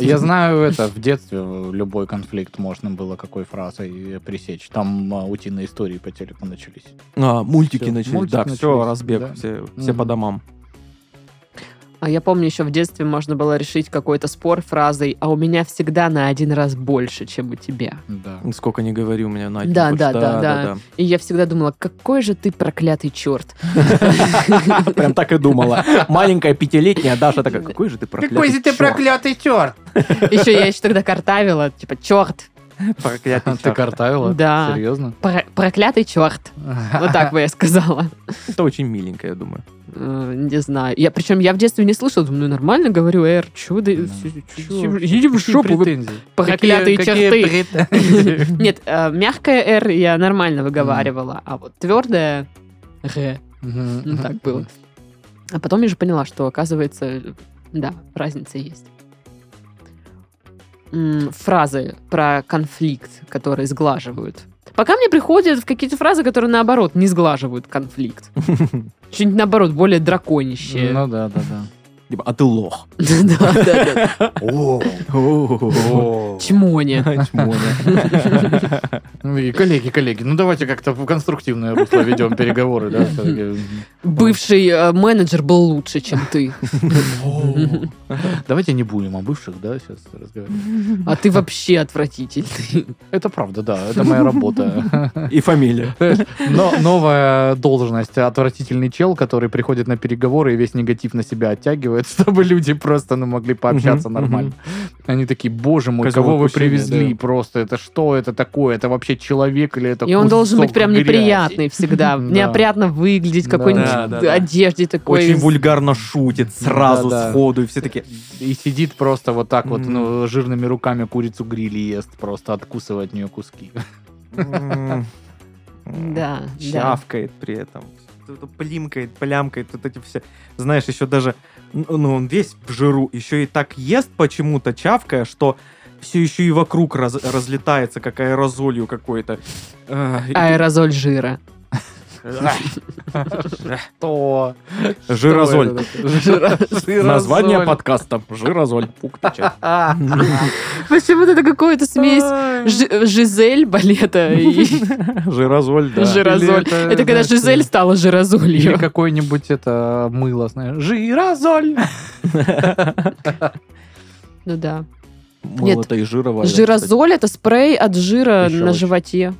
Speaker 2: Я знаю это, в детстве любой конфликт можно было какой фразой э, пресечь. Там а, утиные истории по телеку начались.
Speaker 3: А, мультики
Speaker 2: Всё,
Speaker 3: начались.
Speaker 2: мультики
Speaker 3: да, все,
Speaker 2: начались,
Speaker 3: разбег,
Speaker 2: да.
Speaker 3: все, все
Speaker 2: Мгм.
Speaker 3: по домам.
Speaker 1: А я помню, еще в детстве можно было решить какой-то спор фразой «А у меня всегда на один раз больше, чем у тебя».
Speaker 2: Да.
Speaker 3: Сколько не говори, у меня на один
Speaker 1: Да,
Speaker 3: больше.
Speaker 1: да, да, И я всегда думала, какой же ты проклятый черт.
Speaker 3: да. Прям так и думала. Маленькая пятилетняя Даша такая, какой же ты проклятый чёрт,
Speaker 2: черт!
Speaker 1: Еще я еще тогда картавила, типа, черт,
Speaker 3: проклятый
Speaker 2: Ты
Speaker 3: чёрт».
Speaker 2: картавила?
Speaker 1: Да.
Speaker 2: Серьезно?
Speaker 1: проклятый черт. Вот так бы я сказала.
Speaker 3: Это очень миленько, я думаю.
Speaker 1: Э, Не знаю. Я, причем я в детстве не слышала, думаю, ну нормально говорю, эр, чудо.
Speaker 2: Да.
Speaker 1: Иди в жопу, вы проклятые черты. Нет, э, мягкое р я нормально выговаривала, а вот твердое р, ну так было. А потом я же поняла, что оказывается, да, разница есть. М, Фразы про конфликт, которые сглаживают. Пока мне приходят какие-то фразы, которые наоборот не сглаживают конфликт. Что-нибудь наоборот, более драконищее.
Speaker 2: Ну да, да, да.
Speaker 3: Типа, а ты лох.
Speaker 1: Да, да, да.
Speaker 2: О,
Speaker 3: О,
Speaker 2: о.
Speaker 1: Чмоня.
Speaker 3: чмо, да.
Speaker 2: Ну и коллеги, коллеги, ну давайте как-то в конструктивное русло ведем переговоры, да? всё-таки.
Speaker 1: Бывший э, менеджер был лучше, чем ты.
Speaker 2: Давайте не будем о бывших, да, сейчас разговаривать.
Speaker 1: А ты вообще отвратительный.
Speaker 2: Это правда, да, это моя работа.
Speaker 3: И фамилия.
Speaker 2: Но новая должность отвратительный чел, который приходит на переговоры и весь негатив на себя оттягивает, чтобы люди просто ну, могли пообщаться
Speaker 3: Мгм,
Speaker 2: нормально. Они такие, боже мой,
Speaker 3: Козел
Speaker 2: кого вы
Speaker 3: отпущения,
Speaker 2: привезли
Speaker 3: да.
Speaker 2: просто? Это что это такое? Это вообще человек или это
Speaker 1: И он должен
Speaker 2: кусок
Speaker 1: быть прям
Speaker 2: грязи?»
Speaker 1: неприятный всегда.
Speaker 2: Да.
Speaker 1: Неопрятно выглядеть,
Speaker 3: Да,
Speaker 2: Да.
Speaker 3: да,
Speaker 1: какой-нибудь
Speaker 3: да.
Speaker 1: одежде такой.
Speaker 3: Очень вульгарно шутит, сразу,
Speaker 2: Да-да.
Speaker 3: сходу, и все такие...
Speaker 2: И сидит просто вот так вот,
Speaker 3: М.
Speaker 2: ну, жирными руками курицу гриль ест, просто откусывает от нее куски.
Speaker 3: «М, м».
Speaker 1: Да, да.
Speaker 3: чавкает при этом. Кто-то плимкает, плямкает, вот эти все. Знаешь, еще даже, н- ну, он весь в жиру, еще и так ест почему-то, чавкая, что все еще и вокруг раз- разлетается, как аэрозолью какой-то. А, и-
Speaker 1: Аэрозоль жира.
Speaker 2: То
Speaker 3: Жирозоль. Название
Speaker 2: под...
Speaker 3: подкаста. Жирозоль. Пук ты чё.
Speaker 2: А,
Speaker 1: Почему-то это какое-то смесь Ж- Жизель балета и
Speaker 3: Жирозоль, да.
Speaker 1: жирозоль.
Speaker 2: Или это,
Speaker 1: Это когда
Speaker 2: знаешь,
Speaker 1: Жизель стала
Speaker 2: Или
Speaker 1: жирозолью.
Speaker 2: какое-нибудь это мыло, знаешь, жирозоль.
Speaker 1: Ну да.
Speaker 3: Молото и жировая.
Speaker 1: Жирозоль это спрей от жира
Speaker 2: Ещё
Speaker 1: на
Speaker 2: очень.
Speaker 1: животе.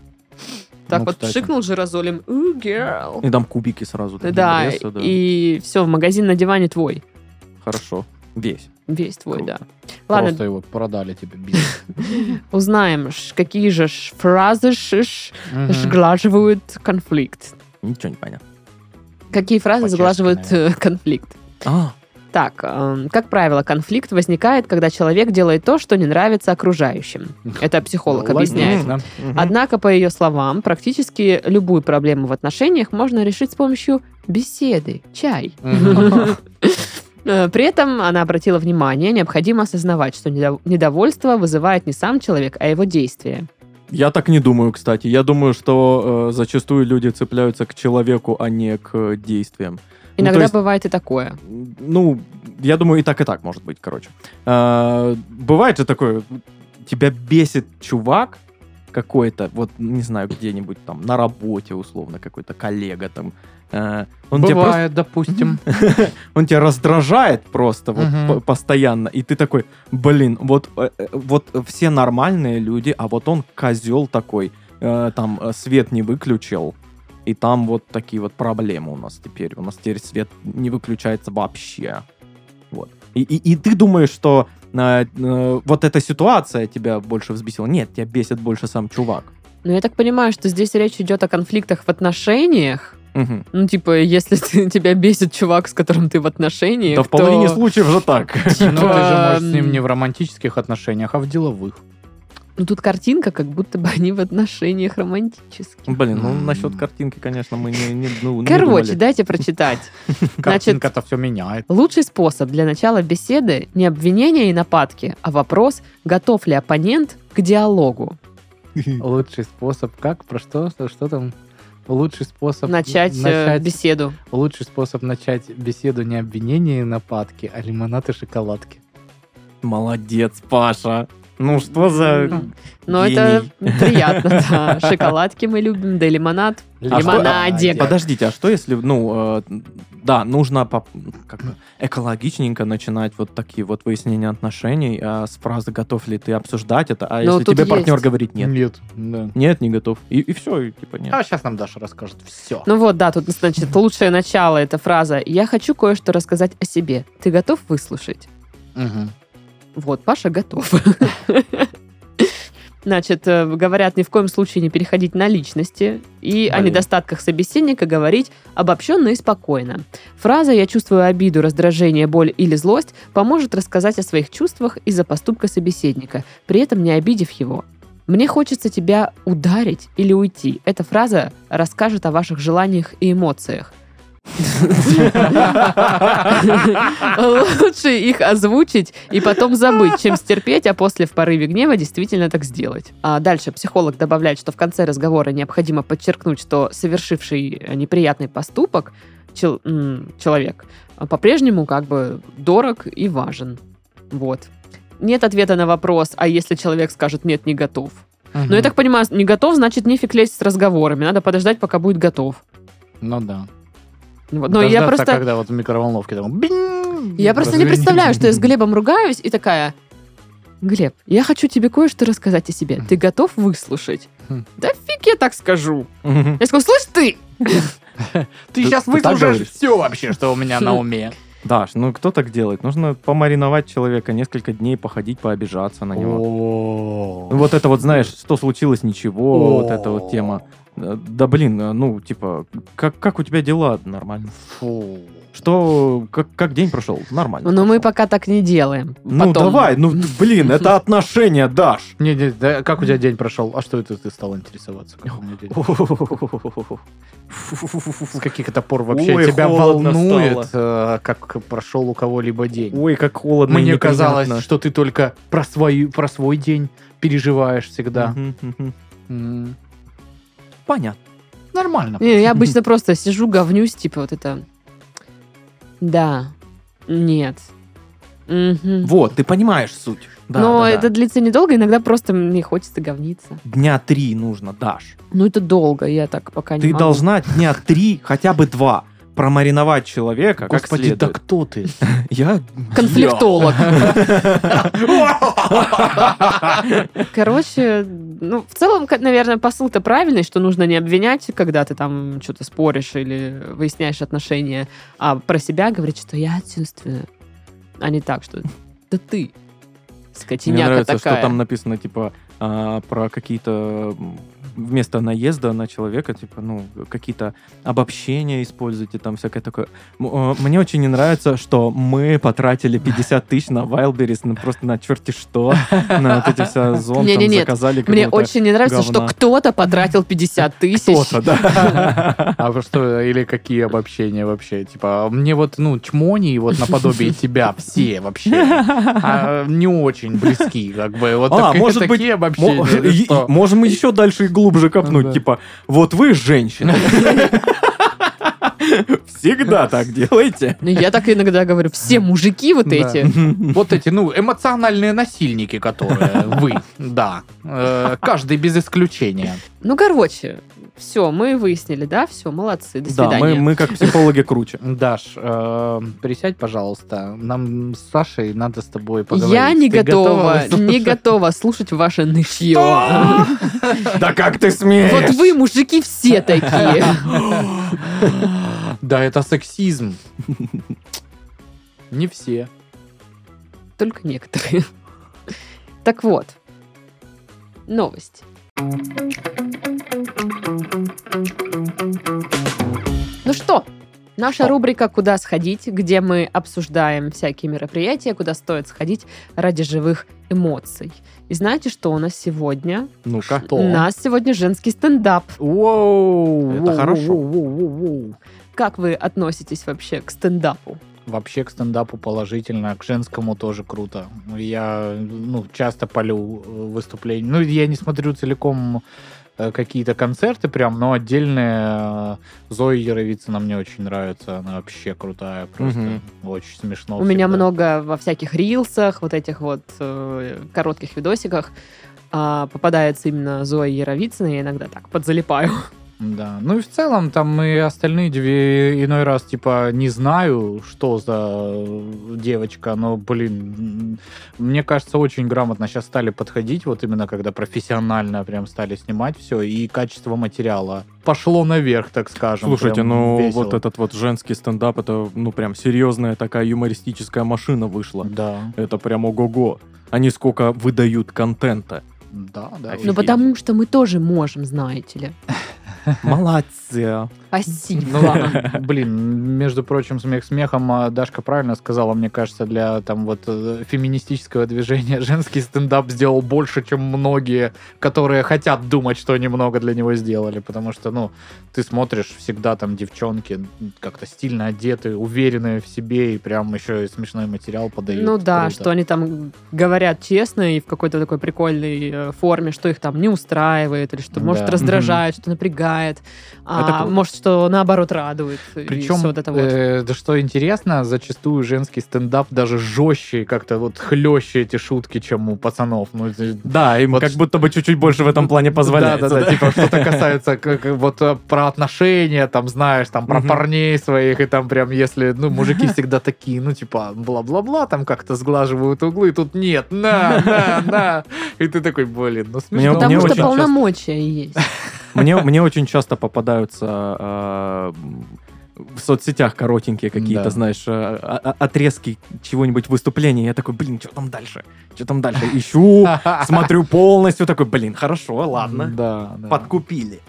Speaker 1: Так
Speaker 2: Ну,
Speaker 1: вот
Speaker 2: кстати.
Speaker 1: пшикнул жирозолем. «Ooh, girl.
Speaker 3: И там
Speaker 2: Э,
Speaker 3: кубики сразу. такие
Speaker 1: Да,
Speaker 3: врезаются, да.
Speaker 1: и все, магазин на диване твой.
Speaker 3: Хорошо. Весь.
Speaker 1: Весь твой,
Speaker 3: Круто.
Speaker 1: да. Ладно,
Speaker 2: Просто его продали тебе. бизнес.
Speaker 1: узнаем, ж- какие же ж фразы ж- ж-
Speaker 2: Мгм.
Speaker 1: сглаживают конфликт.
Speaker 3: Ничего не понятно.
Speaker 1: Какие фразы
Speaker 2: По-чешски,
Speaker 1: сглаживают э, конфликт?
Speaker 3: А,
Speaker 1: Так, эм, как правило, конфликт возникает, когда человек делает то, что не нравится окружающим. Это психолог
Speaker 2: Логично.
Speaker 1: объясняет.
Speaker 3: мгм.
Speaker 1: Однако, по ее словам, практически любую проблему в отношениях можно решить с помощью беседы, чай.
Speaker 2: Мгм.
Speaker 1: Э, При этом она обратила внимание, необходимо осознавать, что недов- недовольство вызывает не сам человек, а его действия.
Speaker 3: Ну, Я так не думаю, кстати. Я думаю, что э, зачастую люди цепляются к человеку, а не к э, действиям. Ну,
Speaker 1: Иногда
Speaker 3: то есть-
Speaker 1: бывает и такое.
Speaker 3: Ну, я думаю, и так, и так может быть, короче. Э, бывает же такое, тебя бесит чувак какой-то, вот, не знаю, где-нибудь там на работе, условно, какой-то коллега там. Э, он
Speaker 2: Типа
Speaker 3: тебя просто
Speaker 2: Бывает, допустим.
Speaker 3: он тебя раздражает просто вот
Speaker 2: Мгм.
Speaker 3: по- постоянно, и ты такой, блин, вот, э, э, вот все нормальные люди, а вот он козел такой, э, там э, свет не выключил, и там вот такие вот проблемы у нас теперь, у нас теперь свет не выключается вообще, вот. И, и- и ты думаешь, что э, э, вот эта ситуация тебя больше взбесила? Нет, тебя бесит больше сам чувак.
Speaker 1: Но я так понимаю, что здесь речь идет о конфликтах в отношениях.
Speaker 3: Мгм.
Speaker 1: Ну, типа, если ты- тебя бесит чувак, с которым ты в отношениях,
Speaker 3: Да в
Speaker 1: то-
Speaker 3: половине случаев же так.
Speaker 2: Ну, ты же,
Speaker 1: Типа,
Speaker 2: может, с ним не в романтических отношениях, а в деловых.
Speaker 1: Ну, тут картинка, как будто бы они в отношениях романтические.
Speaker 3: Блин, ну
Speaker 2: М.
Speaker 3: насчет картинки, конечно, мы не, не- ну, не
Speaker 1: Короче,
Speaker 3: думали.
Speaker 1: дайте прочитать. Значит,
Speaker 2: Картинка-то все меняет.
Speaker 1: Лучший способ для начала беседы не обвинение и нападки, а вопрос, готов ли оппонент к диалогу.
Speaker 2: Лучший способ как? Про что? Что, что там? Лучший способ
Speaker 1: Начать, э,
Speaker 2: начать-
Speaker 1: беседу.
Speaker 2: Лучший способ начать беседу не обвинения и нападки, а лимонад и шоколадки.
Speaker 3: Молодец, Паша. Ну что за...
Speaker 1: М, Но это приятно, да. Шоколадки мы любим, да и лимонад.
Speaker 3: А что-
Speaker 1: Лимонадик.
Speaker 3: Подождите, а что если, ну, э, да, нужно поп- как бы экологичненько начинать вот такие вот выяснения отношений а с фразы «готов ли ты обсуждать это?», а
Speaker 1: Ну,
Speaker 3: если
Speaker 1: тут
Speaker 3: тебе партнер
Speaker 1: есть.
Speaker 3: говорит «нет»,
Speaker 2: Нет. да.
Speaker 3: нет, не готов, и, и все, и типа нет.
Speaker 2: А сейчас нам Даша расскажет все.
Speaker 1: Ну вот, да, тут, значит, лучшее начало это фраза «Я хочу кое-что рассказать о себе. Ты готов выслушать?» Вот, Паша готов. Значит, э, говорят ни в коем случае не переходить на личности и о
Speaker 3: Блин.
Speaker 1: недостатках собеседника говорить обобщенно и спокойно. Фраза «я чувствую обиду, раздражение, боль или злость» поможет рассказать о своих чувствах из-за поступка собеседника, при этом не обидев его. «Мне хочется тебя ударить или уйти» — эта фраза расскажет о ваших желаниях и эмоциях. А, Лучше их озвучить и потом забыть, чем стерпеть, а после в порыве гнева действительно так сделать. А дальше психолог добавляет, что в конце разговора необходимо подчеркнуть, что совершивший неприятный поступок чел- м, человек а, по-прежнему как бы дорог и важен. Вот. Нет ответа на вопрос, а если человек скажет «нет, не готов». Но я так понимаю, не готов, значит, нефиг лезть с разговорами. Надо подождать, пока будет готов.
Speaker 2: Ну да.
Speaker 1: Вот. Но ну, я
Speaker 2: Дождаться,
Speaker 1: просто...
Speaker 2: когда вот в микроволновке там... бинь,
Speaker 1: Я просто не
Speaker 2: прозвенит.
Speaker 1: представляю, что я с Глебом ругаюсь и такая... Глеб, я хочу тебе кое-что рассказать о себе. Ты готов выслушать?
Speaker 2: Хм.
Speaker 1: Да фиг я так скажу.
Speaker 3: Мгм.
Speaker 1: Я скажу, слышь ты!
Speaker 2: Ты
Speaker 3: Ты-
Speaker 2: сейчас
Speaker 3: ты так
Speaker 2: выслушаешь
Speaker 3: говоришь?
Speaker 2: все вообще, что у меня на уме.
Speaker 3: Даш, ну кто так делает? Нужно помариновать человека несколько дней, походить, пообижаться на него. Ну,
Speaker 2: О.
Speaker 3: Вот это вот, знаешь, что случилось, ничего, вот эта вот тема.
Speaker 2: О.
Speaker 3: Э, Да блин, э, ну, типа, как, как у тебя дела нормально?
Speaker 2: Фу.
Speaker 3: Что, как, как день прошел? Нормально.
Speaker 1: «Ну, Но мы
Speaker 3: прошел.
Speaker 1: пока так не делаем.
Speaker 3: Ну
Speaker 1: Потом.
Speaker 3: давай, ну т- блин, это отношения, Даш.
Speaker 2: Не, не, да, как у тебя день прошел? А что это ты стал интересоваться? Как у меня день? С каких это пор вообще
Speaker 3: Ой,
Speaker 2: тебя
Speaker 3: холодно
Speaker 2: волнует, э, как прошел у кого-либо день?
Speaker 3: Ой, как холодно. и
Speaker 2: Мне
Speaker 3: неприятно.
Speaker 2: казалось, что ты только про, свою, про свой день переживаешь всегда.
Speaker 3: Мгм, мгм.
Speaker 2: М,
Speaker 3: Понятно.
Speaker 2: Нормально.
Speaker 1: Не, я обычно просто сижу, говнюсь, типа вот это... Да. Нет. Мгм.
Speaker 3: Вот, ты понимаешь суть. Да,
Speaker 1: Но
Speaker 3: да, да.
Speaker 1: это длится недолго, иногда просто мне хочется говниться.
Speaker 3: дня три нужно, Даш.
Speaker 1: Ну, это долго, я так пока не
Speaker 3: Ты
Speaker 1: могу.
Speaker 3: должна дня три, хотя бы два, промариновать человека как
Speaker 2: Господи, да
Speaker 3: следует.
Speaker 2: кто ты?
Speaker 3: Я
Speaker 1: Конфликтолог. Короче, ну, в целом, ка- наверное, посыл-то правильный, что нужно не обвинять, когда ты там что-то споришь или выясняешь отношения, а про себя говорить, что я чувствую. А не так, что это ты.
Speaker 3: Мне
Speaker 1: Скотиняка
Speaker 3: нравится,
Speaker 1: такая.
Speaker 3: что там написано, типа, а, про какие-то м, вместо наезда на человека, типа, ну, какие-то обобщения используйте, там всякое такое. М, э, Мне очень не нравится, что мы потратили 50 тысяч на Wildberries, ну, просто на черти что, на вот эти все зон, там
Speaker 1: Не-не-нет,
Speaker 3: заказали
Speaker 1: Мне
Speaker 3: какого-то
Speaker 1: очень не нравится,
Speaker 3: говна.
Speaker 1: что кто-то потратил 50 тысяч.
Speaker 3: кто-то, да.
Speaker 2: А вы что, или какие обобщения вообще? Типа, мне вот, ну, чмони, вот наподобие тебя все вообще а, не очень близки, как бы. Вот
Speaker 3: А,
Speaker 2: так-
Speaker 3: может быть,
Speaker 2: такие обобщения.
Speaker 3: Мо-
Speaker 2: или
Speaker 3: и- и-
Speaker 2: что? Ну
Speaker 3: Можем еще дальше и глубже копнуть,
Speaker 2: Да.
Speaker 3: типа, вот вы женщины. Всегда так делаете.
Speaker 1: Ну, Я так иногда говорю, все мужики вот
Speaker 2: Да.
Speaker 1: эти.
Speaker 2: Вот эти, ну, эмоциональные насильники, которые вы, да. Э, Каждый без исключения.
Speaker 1: Ну, короче, все, мы выяснили, да, все, молодцы, до
Speaker 3: Да, мы,
Speaker 1: свидания.
Speaker 3: мы как психологи круче.
Speaker 2: Даш, э, присядь, пожалуйста. Нам с Сашей надо с тобой поговорить.
Speaker 1: Я не
Speaker 2: Ты
Speaker 1: готова,
Speaker 2: готова?
Speaker 1: не готова слушать ваше нытье.
Speaker 3: Да как ты
Speaker 1: Вот
Speaker 3: смеешь?
Speaker 1: вы, мужики, все такие.
Speaker 2: Да, это сексизм. Не все.
Speaker 1: Только некоторые. Так вот, новость. Ну что, наша
Speaker 2: Что?
Speaker 1: рубрика «Куда сходить», где мы обсуждаем всякие мероприятия, куда стоит сходить ради живых эмоций. И знаете, что у нас сегодня?
Speaker 3: Ну-ка.
Speaker 2: Что?
Speaker 1: У нас сегодня женский стендап.
Speaker 2: Воу,
Speaker 3: Это
Speaker 2: воу,
Speaker 3: хорошо.
Speaker 2: воу, воу, воу, воу.
Speaker 1: Как вы относитесь вообще к стендапу?
Speaker 2: Вообще к стендапу положительно, к женскому тоже круто. Я ну, часто полю э, выступления. Ну, я не смотрю целиком э, какие-то концерты прям, но отдельные э, Зоя Яровицына мне очень нравится. Она вообще крутая, просто
Speaker 3: Мгм.
Speaker 2: очень смешно.
Speaker 1: У меня
Speaker 2: всегда.
Speaker 1: много во всяких рилсах, вот этих вот э, коротких видосиках а, попадается именно Зоя Яровицына, я иногда так подзалипаю.
Speaker 2: Да. Ну и в целом там и остальные две иной раз типа не знаю, что за девочка, но, блин, м, мне кажется, очень грамотно сейчас стали подходить, вот именно когда профессионально прям стали снимать все, и качество материала пошло наверх, так скажем.
Speaker 3: Слушайте,
Speaker 2: прям
Speaker 3: ну
Speaker 2: весело.
Speaker 3: вот этот вот женский стендап, это ну прям серьезная такая юмористическая машина вышла.
Speaker 2: Да,
Speaker 3: Это прям ого-го. Они сколько выдают контента.
Speaker 2: да, да.
Speaker 3: Офигеть.
Speaker 1: Ну, потому что мы тоже можем, знаете ли.
Speaker 3: Молодцы.
Speaker 2: Ну
Speaker 1: Спасибо.
Speaker 2: ладно, блин, между прочим, смех смехом, а Дашка правильно сказала, мне кажется, для там вот э, феминистического движения женский стендап сделал больше, чем многие, которые хотят думать, что они много для него сделали, потому что, ну, ты смотришь всегда там девчонки как-то стильно одеты, уверенные в себе и прям еще и смешной материал подают.
Speaker 1: Ну да,
Speaker 2: Круто.
Speaker 1: что они там говорят честно и в какой-то такой прикольной э, форме, что их там не устраивает, или что, может,
Speaker 2: Да.
Speaker 1: раздражает, что напрягает, а,
Speaker 3: круто.
Speaker 1: может, что наоборот радует. и
Speaker 2: Причем,
Speaker 1: всё вот это вот.
Speaker 2: э, да что интересно, зачастую женский стендап даже жестче, и как-то вот хлеще эти шутки, чем у пацанов. Ну, это-
Speaker 3: Да, им
Speaker 2: Вот
Speaker 3: как
Speaker 2: ш-
Speaker 3: будто бы чуть-чуть больше в этом плане позволяется.
Speaker 2: Да-да-да, типа что-то касается как, вот э, про отношения, там, знаешь, там, про
Speaker 3: Мгм.
Speaker 2: парней своих, и там прям, если, ну, мужики всегда такие, ну, типа, бла-бла-бла, там как-то сглаживают углы, тут нет, на, на, на. И ты такой, блин, ну, смешно.
Speaker 3: Мне
Speaker 1: Потому что
Speaker 3: очень часто-
Speaker 1: полномочия есть.
Speaker 3: Мне, мне очень часто попадаются э, в соцсетях коротенькие какие-то,
Speaker 2: Да.
Speaker 3: знаешь, э, а- а- отрезки чего-нибудь выступления. Я такой, блин, что там дальше? Что там дальше? Ищу, смотрю полностью, такой, блин, хорошо, ладно.
Speaker 2: Да, да.
Speaker 3: Подкупили.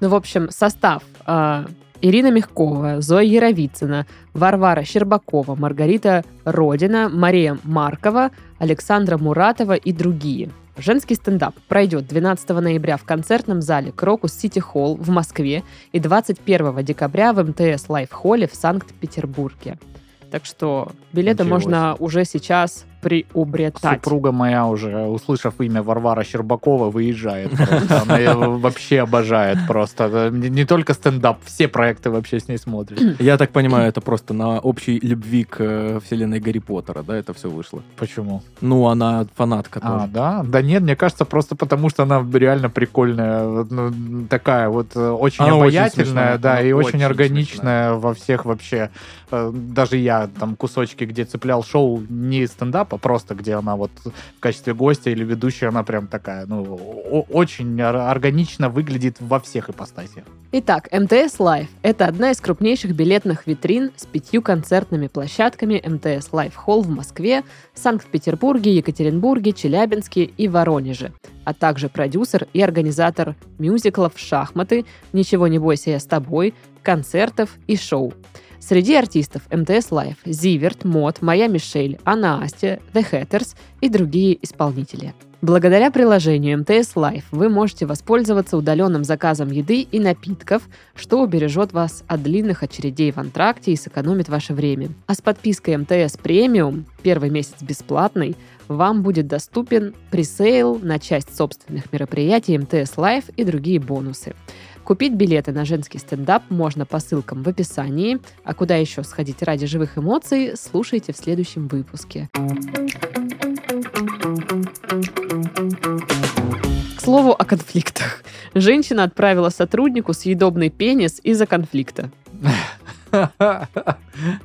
Speaker 1: Ну, в общем, состав. а, Ирина Мягкова, Зоя Яровицына, Варвара Щербакова, Маргарита Родина, Мария Маркова, Александра Муратова и другие. Женский стендап пройдет 12 ноября в концертном зале Крокус Сити Холл в Москве и 21 декабря в МТС Лайф Холле в Санкт-Петербурге. Так что билеты
Speaker 2: Ничего
Speaker 1: можно уже сейчас приобретать.
Speaker 2: Супруга моя уже, услышав имя Варвара Щербакова, выезжает просто. Она его вообще обожает просто. Э, Не не только стендап, все проекты вообще с ней смотрят.
Speaker 3: Я так понимаю, это просто на общей любви к э, вселенной Гарри Поттера, да, это все вышло.
Speaker 2: Почему?
Speaker 3: Ну, она фанатка
Speaker 2: А,
Speaker 3: тоже.
Speaker 2: да? Да нет, мне кажется, просто потому, что она реально прикольная, вот, ну, такая вот э, очень
Speaker 3: Она очень
Speaker 2: обаятельная,
Speaker 3: смешная,
Speaker 2: да,
Speaker 3: она
Speaker 2: и очень,
Speaker 3: очень
Speaker 2: органичная во всех вообще. Э, Даже я там кусочки, где цеплял шоу не стендап стендапа просто, где она вот в качестве гостя или ведущей, она прям такая, ну, о- очень ор- органично выглядит во всех ипостасях.
Speaker 1: Итак, МТС Лайв – это одна из крупнейших билетных витрин с пятью концертными площадками МТС Лайв Холл в Москве, Санкт-Петербурге, Екатеринбурге, Челябинске и Воронеже, а также продюсер и организатор мюзиклов «Шахматы», «Ничего не бойся, я с тобой», концертов и шоу. Среди артистов МТС Лайв – Зиверт, Мод, Моя Мишель, Анна Асти, The Hatters и другие исполнители. Благодаря приложению МТС Лайф вы можете воспользоваться удаленным заказом еды и напитков, что убережет вас от длинных очередей в антракте и сэкономит ваше время. А с подпиской МТС Премиум, первый месяц бесплатный, вам будет доступен пресейл на часть собственных мероприятий МТС Лайф и другие бонусы. Купить билеты на женский стендап можно по ссылкам в описании, а куда еще сходить ради живых эмоций, слушайте в следующем выпуске. К слову о конфликтах. Женщина отправила сотруднику съедобный пенис из-за конфликта.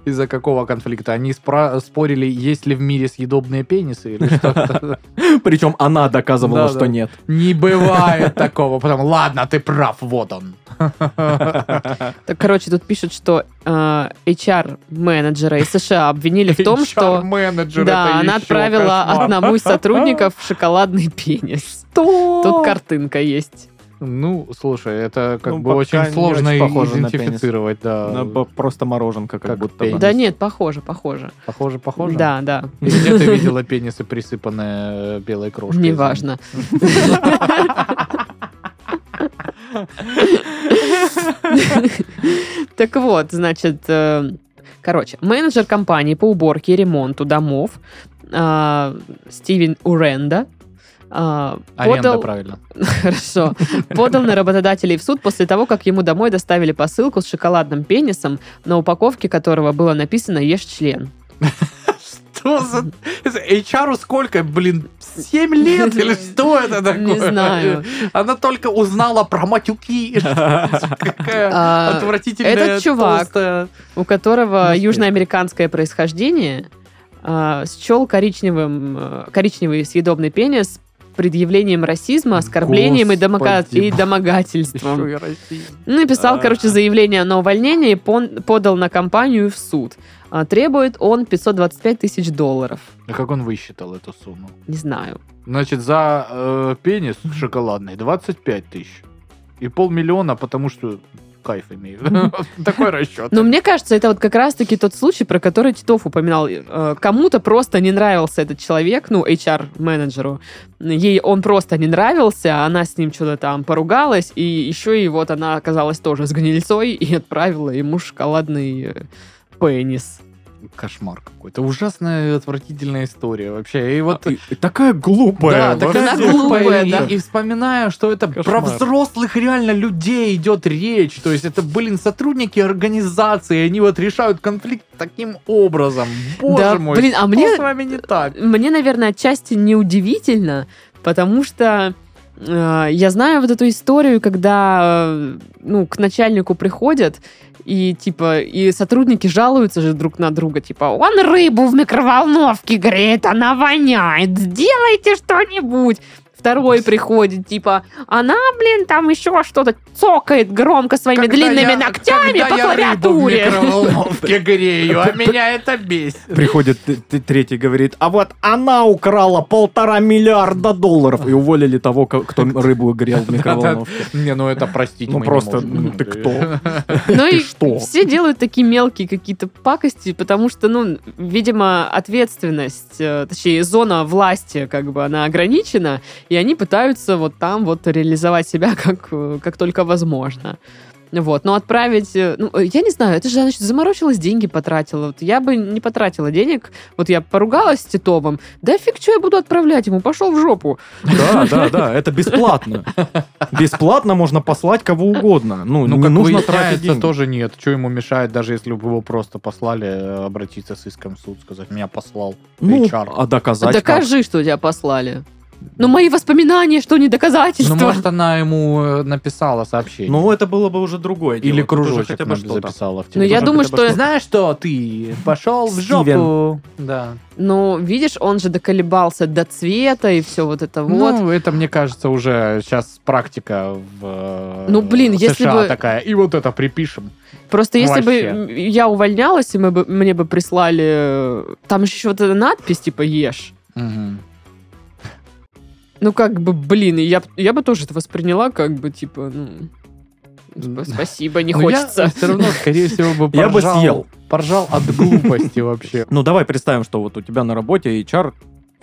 Speaker 2: Из-за какого конфликта? Они спра- спорили, есть ли в мире съедобные пенисы или что-то.
Speaker 3: Причем она доказывала,
Speaker 2: Да,
Speaker 3: что
Speaker 2: да.
Speaker 3: нет.
Speaker 2: Не бывает такого. Потом, ладно, ты прав, вот он.
Speaker 1: Так, короче, тут пишут, что э, HR-менеджера из США обвинили в том, что...
Speaker 2: HR-менеджер, это
Speaker 1: Да, она
Speaker 2: еще
Speaker 1: отправила
Speaker 2: кошмар.
Speaker 1: одному из сотрудников шоколадный пенис.
Speaker 3: Что?
Speaker 1: Тут картинка есть.
Speaker 2: Ну, слушай, это как
Speaker 3: Ну,
Speaker 2: бы
Speaker 3: пока
Speaker 2: очень
Speaker 3: не
Speaker 2: сложно
Speaker 3: очень похоже на
Speaker 2: идентифицировать, да.
Speaker 3: Она б- просто мороженка, как,
Speaker 2: Как
Speaker 3: будто
Speaker 2: пень.
Speaker 3: бы.
Speaker 1: Да нет, похоже, похоже.
Speaker 2: Похоже, похоже.
Speaker 1: Да, да.
Speaker 2: И где ты видела пенисы, присыпанные э, белой крошкой?
Speaker 1: Неважно. Так вот, значит, э, короче, менеджер компании по уборке и ремонту домов э, Стивен Уренда э,
Speaker 2: Аренда,
Speaker 1: подал...
Speaker 2: правильно.
Speaker 1: Хорошо. Подал на работодателей в суд после того, как ему домой доставили посылку с шоколадным пенисом, на упаковке которого было написано «Ешь член».
Speaker 2: Что за... HR сколько, блин, 7 лет или что это такое?
Speaker 1: Не знаю.
Speaker 2: Она только узнала про матюки. Какая
Speaker 1: А,
Speaker 2: отвратительная
Speaker 1: этот чувак.
Speaker 2: толстая.
Speaker 1: у которого
Speaker 2: Наследство.
Speaker 1: южноамериканское происхождение, а, счел коричневым, э, коричневый съедобный пенис предъявлением расизма, оскорблением и, домока-
Speaker 3: Господи.
Speaker 1: и домогательством.
Speaker 2: Еще и Россия.
Speaker 1: Написал, короче, заявление на увольнение и пон- подал на компанию в суд. А, Требует он 525 тысяч долларов.
Speaker 2: А как он высчитал эту сумму?
Speaker 1: Не знаю.
Speaker 2: Значит, за э, пенис шоколадный 25 тысяч. И полмиллиона, потому что кайф имею. Такой расчет.
Speaker 1: Но мне кажется, это вот как раз-таки тот случай, про который Титов упоминал. Э, Кому-то просто не нравился этот человек, ну, HR-менеджеру. Ей он просто не нравился, она с ним что-то там поругалась, и еще и вот она оказалась тоже с гнильцой и отправила ему шоколадный э, пенис.
Speaker 2: Кошмар какой-то. Ужасная, отвратительная история вообще. И вот...
Speaker 3: И- и такая глупая.
Speaker 2: Да, так
Speaker 1: она
Speaker 2: она
Speaker 3: вообще.
Speaker 1: глупая,
Speaker 2: глупая,
Speaker 1: да.
Speaker 2: И, и вспоминаю, что это
Speaker 3: Кошмар.
Speaker 2: про взрослых реально людей идет речь. То есть это, блин, сотрудники организации, они вот решают конфликт таким образом. Боже
Speaker 1: да,
Speaker 2: мой,
Speaker 1: блин, а
Speaker 2: что
Speaker 1: мне,
Speaker 2: с вами не так?
Speaker 1: мне, наверное, отчасти неудивительно, потому что э, я знаю вот эту историю, когда э, ну, к начальнику приходят, и типа, и сотрудники жалуются же друг на друга, типа, он рыбу в микроволновке греет, она воняет, сделайте что-нибудь. Второй приходит, типа, она, блин, там еще что-то цокает громко своими
Speaker 2: Когда
Speaker 1: длинными
Speaker 2: я-
Speaker 1: ногтями
Speaker 2: когда
Speaker 1: по
Speaker 2: я рыбу в
Speaker 1: клавиатуре.
Speaker 2: микроволновке грею, а меня это бесит.
Speaker 3: Приходит т- т- третий, говорит, а вот она украла полтора миллиарда долларов. И уволили того, ко- кто рыбу грел в микроволновке.
Speaker 2: Не, ну это простить
Speaker 3: Ну
Speaker 2: мы не
Speaker 3: просто,
Speaker 2: можем.
Speaker 3: ну ты кто?
Speaker 1: Ну
Speaker 3: Ты
Speaker 1: и
Speaker 3: что?
Speaker 1: все делают такие мелкие какие-то пакости, потому что, ну, видимо, ответственность, э, точнее, зона власти, как бы, она ограничена, и они пытаются вот там вот реализовать себя как, э, как только возможно. Вот, но отправить, э, ну, э, я не знаю, это же, значит, заморочилась, деньги потратила. Вот я бы не потратила денег, вот я поругалась с Титовым, да фиг, что я буду отправлять ему, пошел в жопу.
Speaker 3: Да, да, да, это бесплатно. Бесплатно можно послать кого угодно. Ну,
Speaker 2: Ну,
Speaker 3: не
Speaker 2: как
Speaker 3: нужно
Speaker 2: выясняется,
Speaker 3: тратить деньги.
Speaker 2: тоже нет. Что ему мешает, даже если бы его просто послали э, обратиться с иском в суд, сказать, меня послал
Speaker 3: Ну,
Speaker 2: HR.
Speaker 3: а доказать как?
Speaker 1: Докажи, что тебя послали. Но мои воспоминания, что не
Speaker 2: Ну,
Speaker 1: доказательства.
Speaker 2: может, она ему э, написала сообщение.
Speaker 3: Ну, это было бы уже другое дело.
Speaker 2: Или
Speaker 3: Тут уже
Speaker 2: кружочек
Speaker 3: хотя бы
Speaker 2: нам
Speaker 3: что-то.
Speaker 2: записала в
Speaker 1: Ну, я
Speaker 2: телефон.
Speaker 1: думаю,
Speaker 3: хотя бы
Speaker 1: что...
Speaker 2: Знаешь что, ты пошел в
Speaker 3: Стивен.
Speaker 2: жопу. Да.
Speaker 1: Ну, видишь, он же доколебался до цвета и все вот это вот.
Speaker 2: Ну, это, мне кажется, уже сейчас практика в э,
Speaker 1: Ну, блин, если
Speaker 2: США
Speaker 1: бы-
Speaker 2: такая. И вот это припишем.
Speaker 1: Просто если бы
Speaker 2: вообще.
Speaker 1: м, я увольнялась, и мы бы, мне бы прислали... э, Там же еще вот эта надпись, типа, ешь. Ну, как бы, блин, и я, б- я бы тоже это восприняла, как бы, типа, ну... типа, Спасибо, не
Speaker 2: Ну, Я
Speaker 1: хочется.
Speaker 2: все равно, скорее всего, бы
Speaker 3: Я бы
Speaker 2: поржал-
Speaker 3: съел.
Speaker 2: Поржал от глупости вообще.
Speaker 3: Ну, давай представим, что вот у тебя на работе HR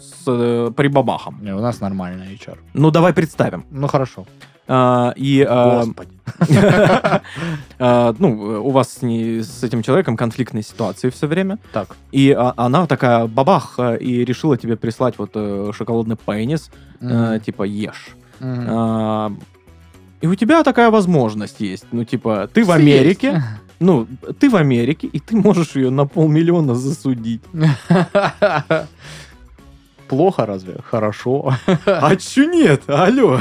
Speaker 3: с э, прибабахом.
Speaker 2: Не, у нас нормально HR.
Speaker 3: Ну, давай представим.
Speaker 2: Ну, хорошо.
Speaker 3: А, и, а,
Speaker 2: Господи.
Speaker 3: а, ну, э, у вас с, ней- с этим человеком конфликтные ситуации все время.
Speaker 2: Так.
Speaker 3: И а, она такая бабах э, и решила тебе прислать вот э, шоколадный пенис, э, типа ешь.
Speaker 2: Мгм.
Speaker 3: А, и у тебя такая возможность есть. Ну, типа, ты в
Speaker 1: Съесть.
Speaker 3: Америке, ну, ты в Америке, и ты можешь ее на полмиллиона засудить.
Speaker 2: Плохо разве? Хорошо.
Speaker 3: А чё нет? Алло.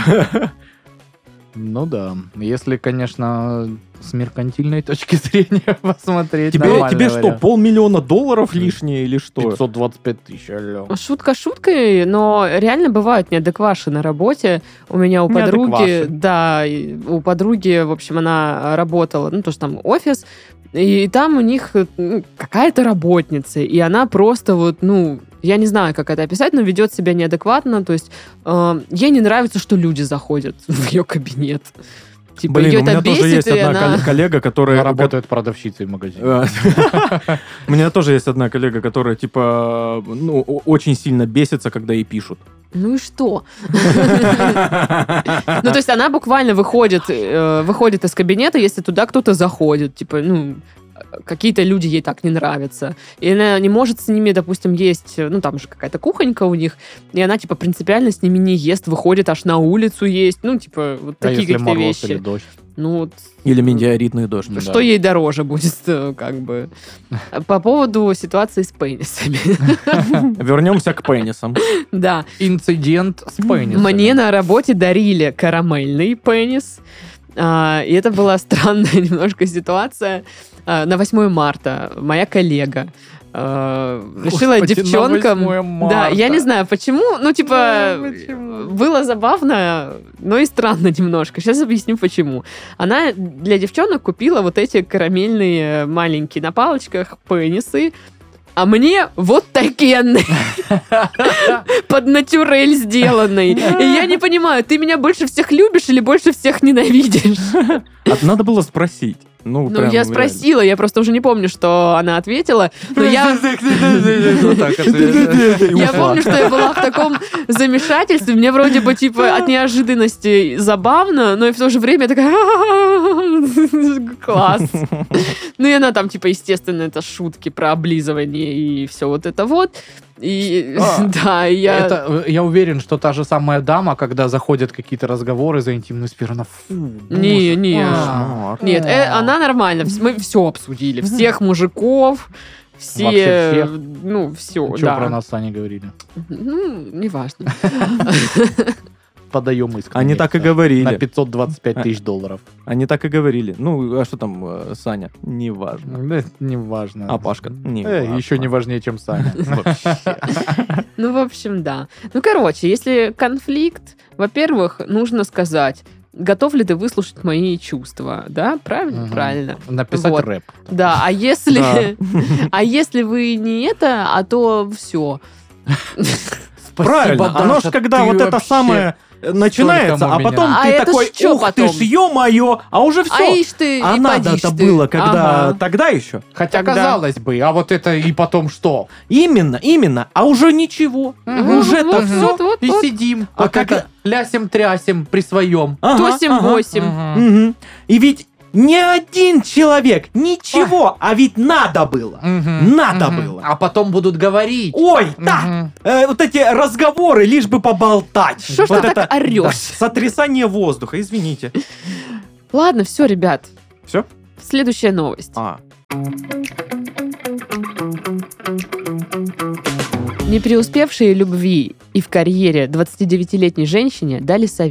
Speaker 2: Ну да. Если, конечно, с меркантильной точки зрения посмотреть.
Speaker 3: Тебе,
Speaker 2: нормальный
Speaker 3: тебе что,
Speaker 2: вариант.
Speaker 3: полмиллиона долларов лишнее или что?
Speaker 2: 525 тысяч, алло.
Speaker 1: Шутка шуткой, но реально бывают неадекваши на работе. У меня у подруги,
Speaker 2: Неадекваши.
Speaker 1: да, и у подруги, в общем, она работала, ну, тоже там офис, и там у них ну, какая-то работница, и она просто вот, ну, я не знаю, как это описать, но ведет себя неадекватно, то есть э, ей не нравится, что люди заходят в ее кабинет. Типа,
Speaker 3: Блин,
Speaker 1: ее
Speaker 3: у меня
Speaker 1: это
Speaker 3: тоже
Speaker 1: бесит,
Speaker 3: есть
Speaker 1: и
Speaker 3: одна
Speaker 1: она...
Speaker 3: кол- коллега, которая...
Speaker 2: Работают продавщицы в магазине. А
Speaker 3: Э, У меня тоже есть одна коллега, которая, типа, ну, о- очень сильно бесится, когда ей пишут.
Speaker 1: Ну и что? Ну, то есть она буквально выходит, э, выходит из кабинета, если туда кто-то заходит, типа, ну, какие-то люди ей так не нравятся. И она не может с ними, допустим, есть, ну, там же какая-то кухонька у них, и она, типа, принципиально с ними не ест, выходит аж на улицу есть, ну, типа, вот
Speaker 2: А
Speaker 1: такие
Speaker 2: если
Speaker 1: какие-то
Speaker 2: мороз или
Speaker 1: вещи.
Speaker 2: дождь?
Speaker 1: Ну, вот
Speaker 3: Или метеоритный дождь.
Speaker 2: Да.
Speaker 1: что ей дороже будет, э, как бы. По поводу ситуации с пенисами.
Speaker 3: Вернемся к пенисам.
Speaker 1: Да.
Speaker 2: Инцидент с пенисами.
Speaker 1: Мне на работе дарили карамельный пенис. А, и это была странная немножко ситуация. А, на 8 марта моя коллега а, решила
Speaker 2: Господи, на
Speaker 1: девчонкам...
Speaker 2: 8
Speaker 1: Да, я не
Speaker 2: марта.
Speaker 1: знаю, почему. Ну, типа,
Speaker 2: Ну, почему?
Speaker 1: было забавно, но и странно немножко. Сейчас объясню, почему. Она для девчонок купила вот эти карамельные маленькие на палочках пенисы, а мне вот такенный. Под натюрель сделанный. И я не понимаю, ты меня больше всех любишь или больше всех ненавидишь?
Speaker 3: А Надо было спросить. Ну,
Speaker 1: Ну,
Speaker 3: прям
Speaker 1: я
Speaker 3: реально.
Speaker 1: спросила, я просто уже не помню, что она ответила. Но я...
Speaker 2: Вот так отвечаю.
Speaker 3: И
Speaker 1: Я
Speaker 3: ушла.
Speaker 1: помню, что я была в таком замешательстве. Мне вроде бы, типа, от неожиданности забавно, но и в то же время я такая... Класс. Ну, и она там, типа, естественно, это шутки про облизывание и все вот это вот. И
Speaker 2: А,
Speaker 1: да, и я...
Speaker 2: Это, э, я уверен, что та же самая дама, когда заходят какие-то разговоры за интимную сферу, она фу,
Speaker 3: ну,
Speaker 1: Не, не.
Speaker 2: А.
Speaker 1: Нет, э,
Speaker 2: А.
Speaker 1: она нормально. Вс- Мы все обсудили. Всех мужиков, все...
Speaker 2: Вообще всех.
Speaker 1: Ну, все,
Speaker 2: Что
Speaker 1: да.
Speaker 2: про нас они говорили?
Speaker 1: Ну, неважно.
Speaker 2: Подаем иск.
Speaker 3: Они
Speaker 2: мне,
Speaker 3: так и
Speaker 2: Саша, На
Speaker 3: говорили.
Speaker 2: 525 тысяч долларов.
Speaker 3: Они так и говорили. Ну, а что там, э, Саня? Неважно.
Speaker 2: Не важно.
Speaker 3: А Пашка? Не важно.
Speaker 2: Еще Э, не важнее, чем Саня.
Speaker 1: Ну, в общем, да. Ну, короче, если конфликт, во-первых, нужно сказать, готов ли ты выслушать мои чувства, да? Правильно?
Speaker 2: Мгм.
Speaker 1: Правильно.
Speaker 2: Написать
Speaker 1: Вот.
Speaker 2: рэп.
Speaker 1: Да, а если...
Speaker 3: Да.
Speaker 1: А если вы не это, а то все.
Speaker 3: Правильно, оно ж когда вот это самое начинается,
Speaker 2: столько
Speaker 3: а
Speaker 2: мы меня-
Speaker 3: потом
Speaker 1: А
Speaker 3: ты
Speaker 1: это
Speaker 3: такой,
Speaker 1: ж чё
Speaker 3: ух ты
Speaker 1: потом?»
Speaker 3: ж, ё-моё, а уже
Speaker 1: А
Speaker 3: все.
Speaker 1: ишь ты,
Speaker 3: А
Speaker 1: и
Speaker 3: надо-то
Speaker 1: подишь ты.
Speaker 3: было, когда
Speaker 1: Ага.
Speaker 3: тогда еще.
Speaker 2: Хотя,
Speaker 1: Тогда-
Speaker 2: казалось бы, а вот это и потом что?
Speaker 3: Именно, именно, а уже ничего.
Speaker 1: Мгм.
Speaker 3: Уже-то
Speaker 1: Вот,
Speaker 3: все.
Speaker 1: вот, вот,
Speaker 2: И
Speaker 1: вот.
Speaker 2: сидим,
Speaker 3: А
Speaker 2: а как
Speaker 3: когда-
Speaker 2: лясим-трясим при своем.
Speaker 3: восемь.
Speaker 1: 8-8.
Speaker 2: Мгм.
Speaker 3: Мгм. И ведь ни один человек ничего, а ведь надо было.
Speaker 2: Мгм.
Speaker 3: Надо
Speaker 2: Мгм.
Speaker 3: было.
Speaker 2: А потом будут говорить.
Speaker 3: Ой, да!
Speaker 2: Мгм.
Speaker 3: Э, вот эти разговоры, лишь бы поболтать.
Speaker 1: Что ж
Speaker 3: вот
Speaker 1: ты так
Speaker 3: это-
Speaker 1: орёшь?
Speaker 3: да, сотрясание воздуха, извините.
Speaker 1: Ладно, все, ребят.
Speaker 3: Всё? А.
Speaker 1: Следующая новость.
Speaker 3: А,
Speaker 1: Не преуспевшие в любви и в карьере 29-летней женщине дали совет.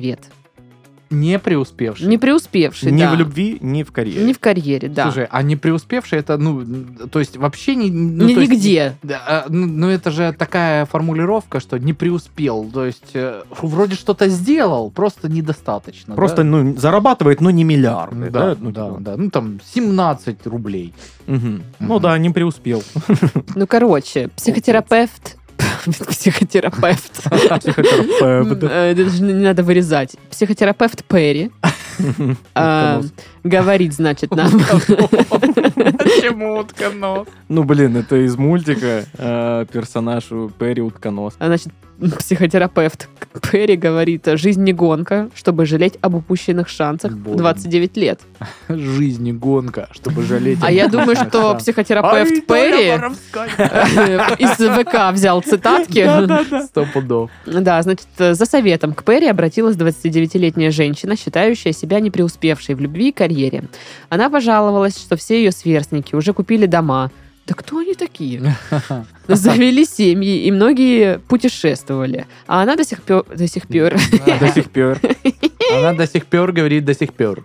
Speaker 2: Не преуспевший.
Speaker 1: Не преуспевшие,
Speaker 3: Ни
Speaker 1: да.
Speaker 3: в любви, ни в карьере.
Speaker 1: Не в карьере, да.
Speaker 2: Слушай, а не преуспевший это, ну, то есть вообще не... ну,
Speaker 1: Ни-
Speaker 2: то есть-
Speaker 1: нигде.
Speaker 2: Да, а, ну, ну, это же такая формулировка, что не преуспел. То есть э, фу, вроде что-то сделал, просто недостаточно.
Speaker 3: Просто, ну, зарабатывает, но не миллиарды.
Speaker 2: да,
Speaker 3: Да,
Speaker 2: да,
Speaker 3: Ну,
Speaker 2: да,
Speaker 3: типа.
Speaker 2: да. Ну там 17 рублей.
Speaker 3: Мгм. Ну
Speaker 2: Мгм.
Speaker 3: да, не преуспел.
Speaker 1: Ну, короче, психотерапевт... Психотерапевт.
Speaker 3: Психотерапевт.
Speaker 1: Э, Это же не надо вырезать. Психотерапевт Перри
Speaker 2: Ну,
Speaker 1: э,
Speaker 3: Утконос.
Speaker 1: говорит, значит, нам...
Speaker 2: Почему утконос?
Speaker 3: Ну, блин, это из мультика э, персонаж у Перри утконос.
Speaker 1: Значит, психотерапевт Перри говорит, жизнь не гонка, чтобы жалеть об упущенных шансах
Speaker 2: Боже.
Speaker 1: 29 лет.
Speaker 2: Жизнь не гонка, чтобы жалеть.
Speaker 1: А
Speaker 2: об
Speaker 1: я думаю,
Speaker 2: упущенных
Speaker 1: что
Speaker 2: шансах. Ай,
Speaker 1: психотерапевт
Speaker 2: Доля
Speaker 1: Перри
Speaker 2: Воровская.
Speaker 1: э, из ВК взял цитатки.
Speaker 2: Сто пудов.
Speaker 1: Да, значит, э, за советом к Перри обратилась 29-летняя женщина, считающая себя непреуспевшей в любви и карьере. Она пожаловалась, что все ее сверстники уже купили дома. Да кто они такие? Завели семьи, и многие путешествовали. А она до сих пор... До сих пор...
Speaker 3: До сих пор.
Speaker 2: Она до сих пор говорит до сих пор.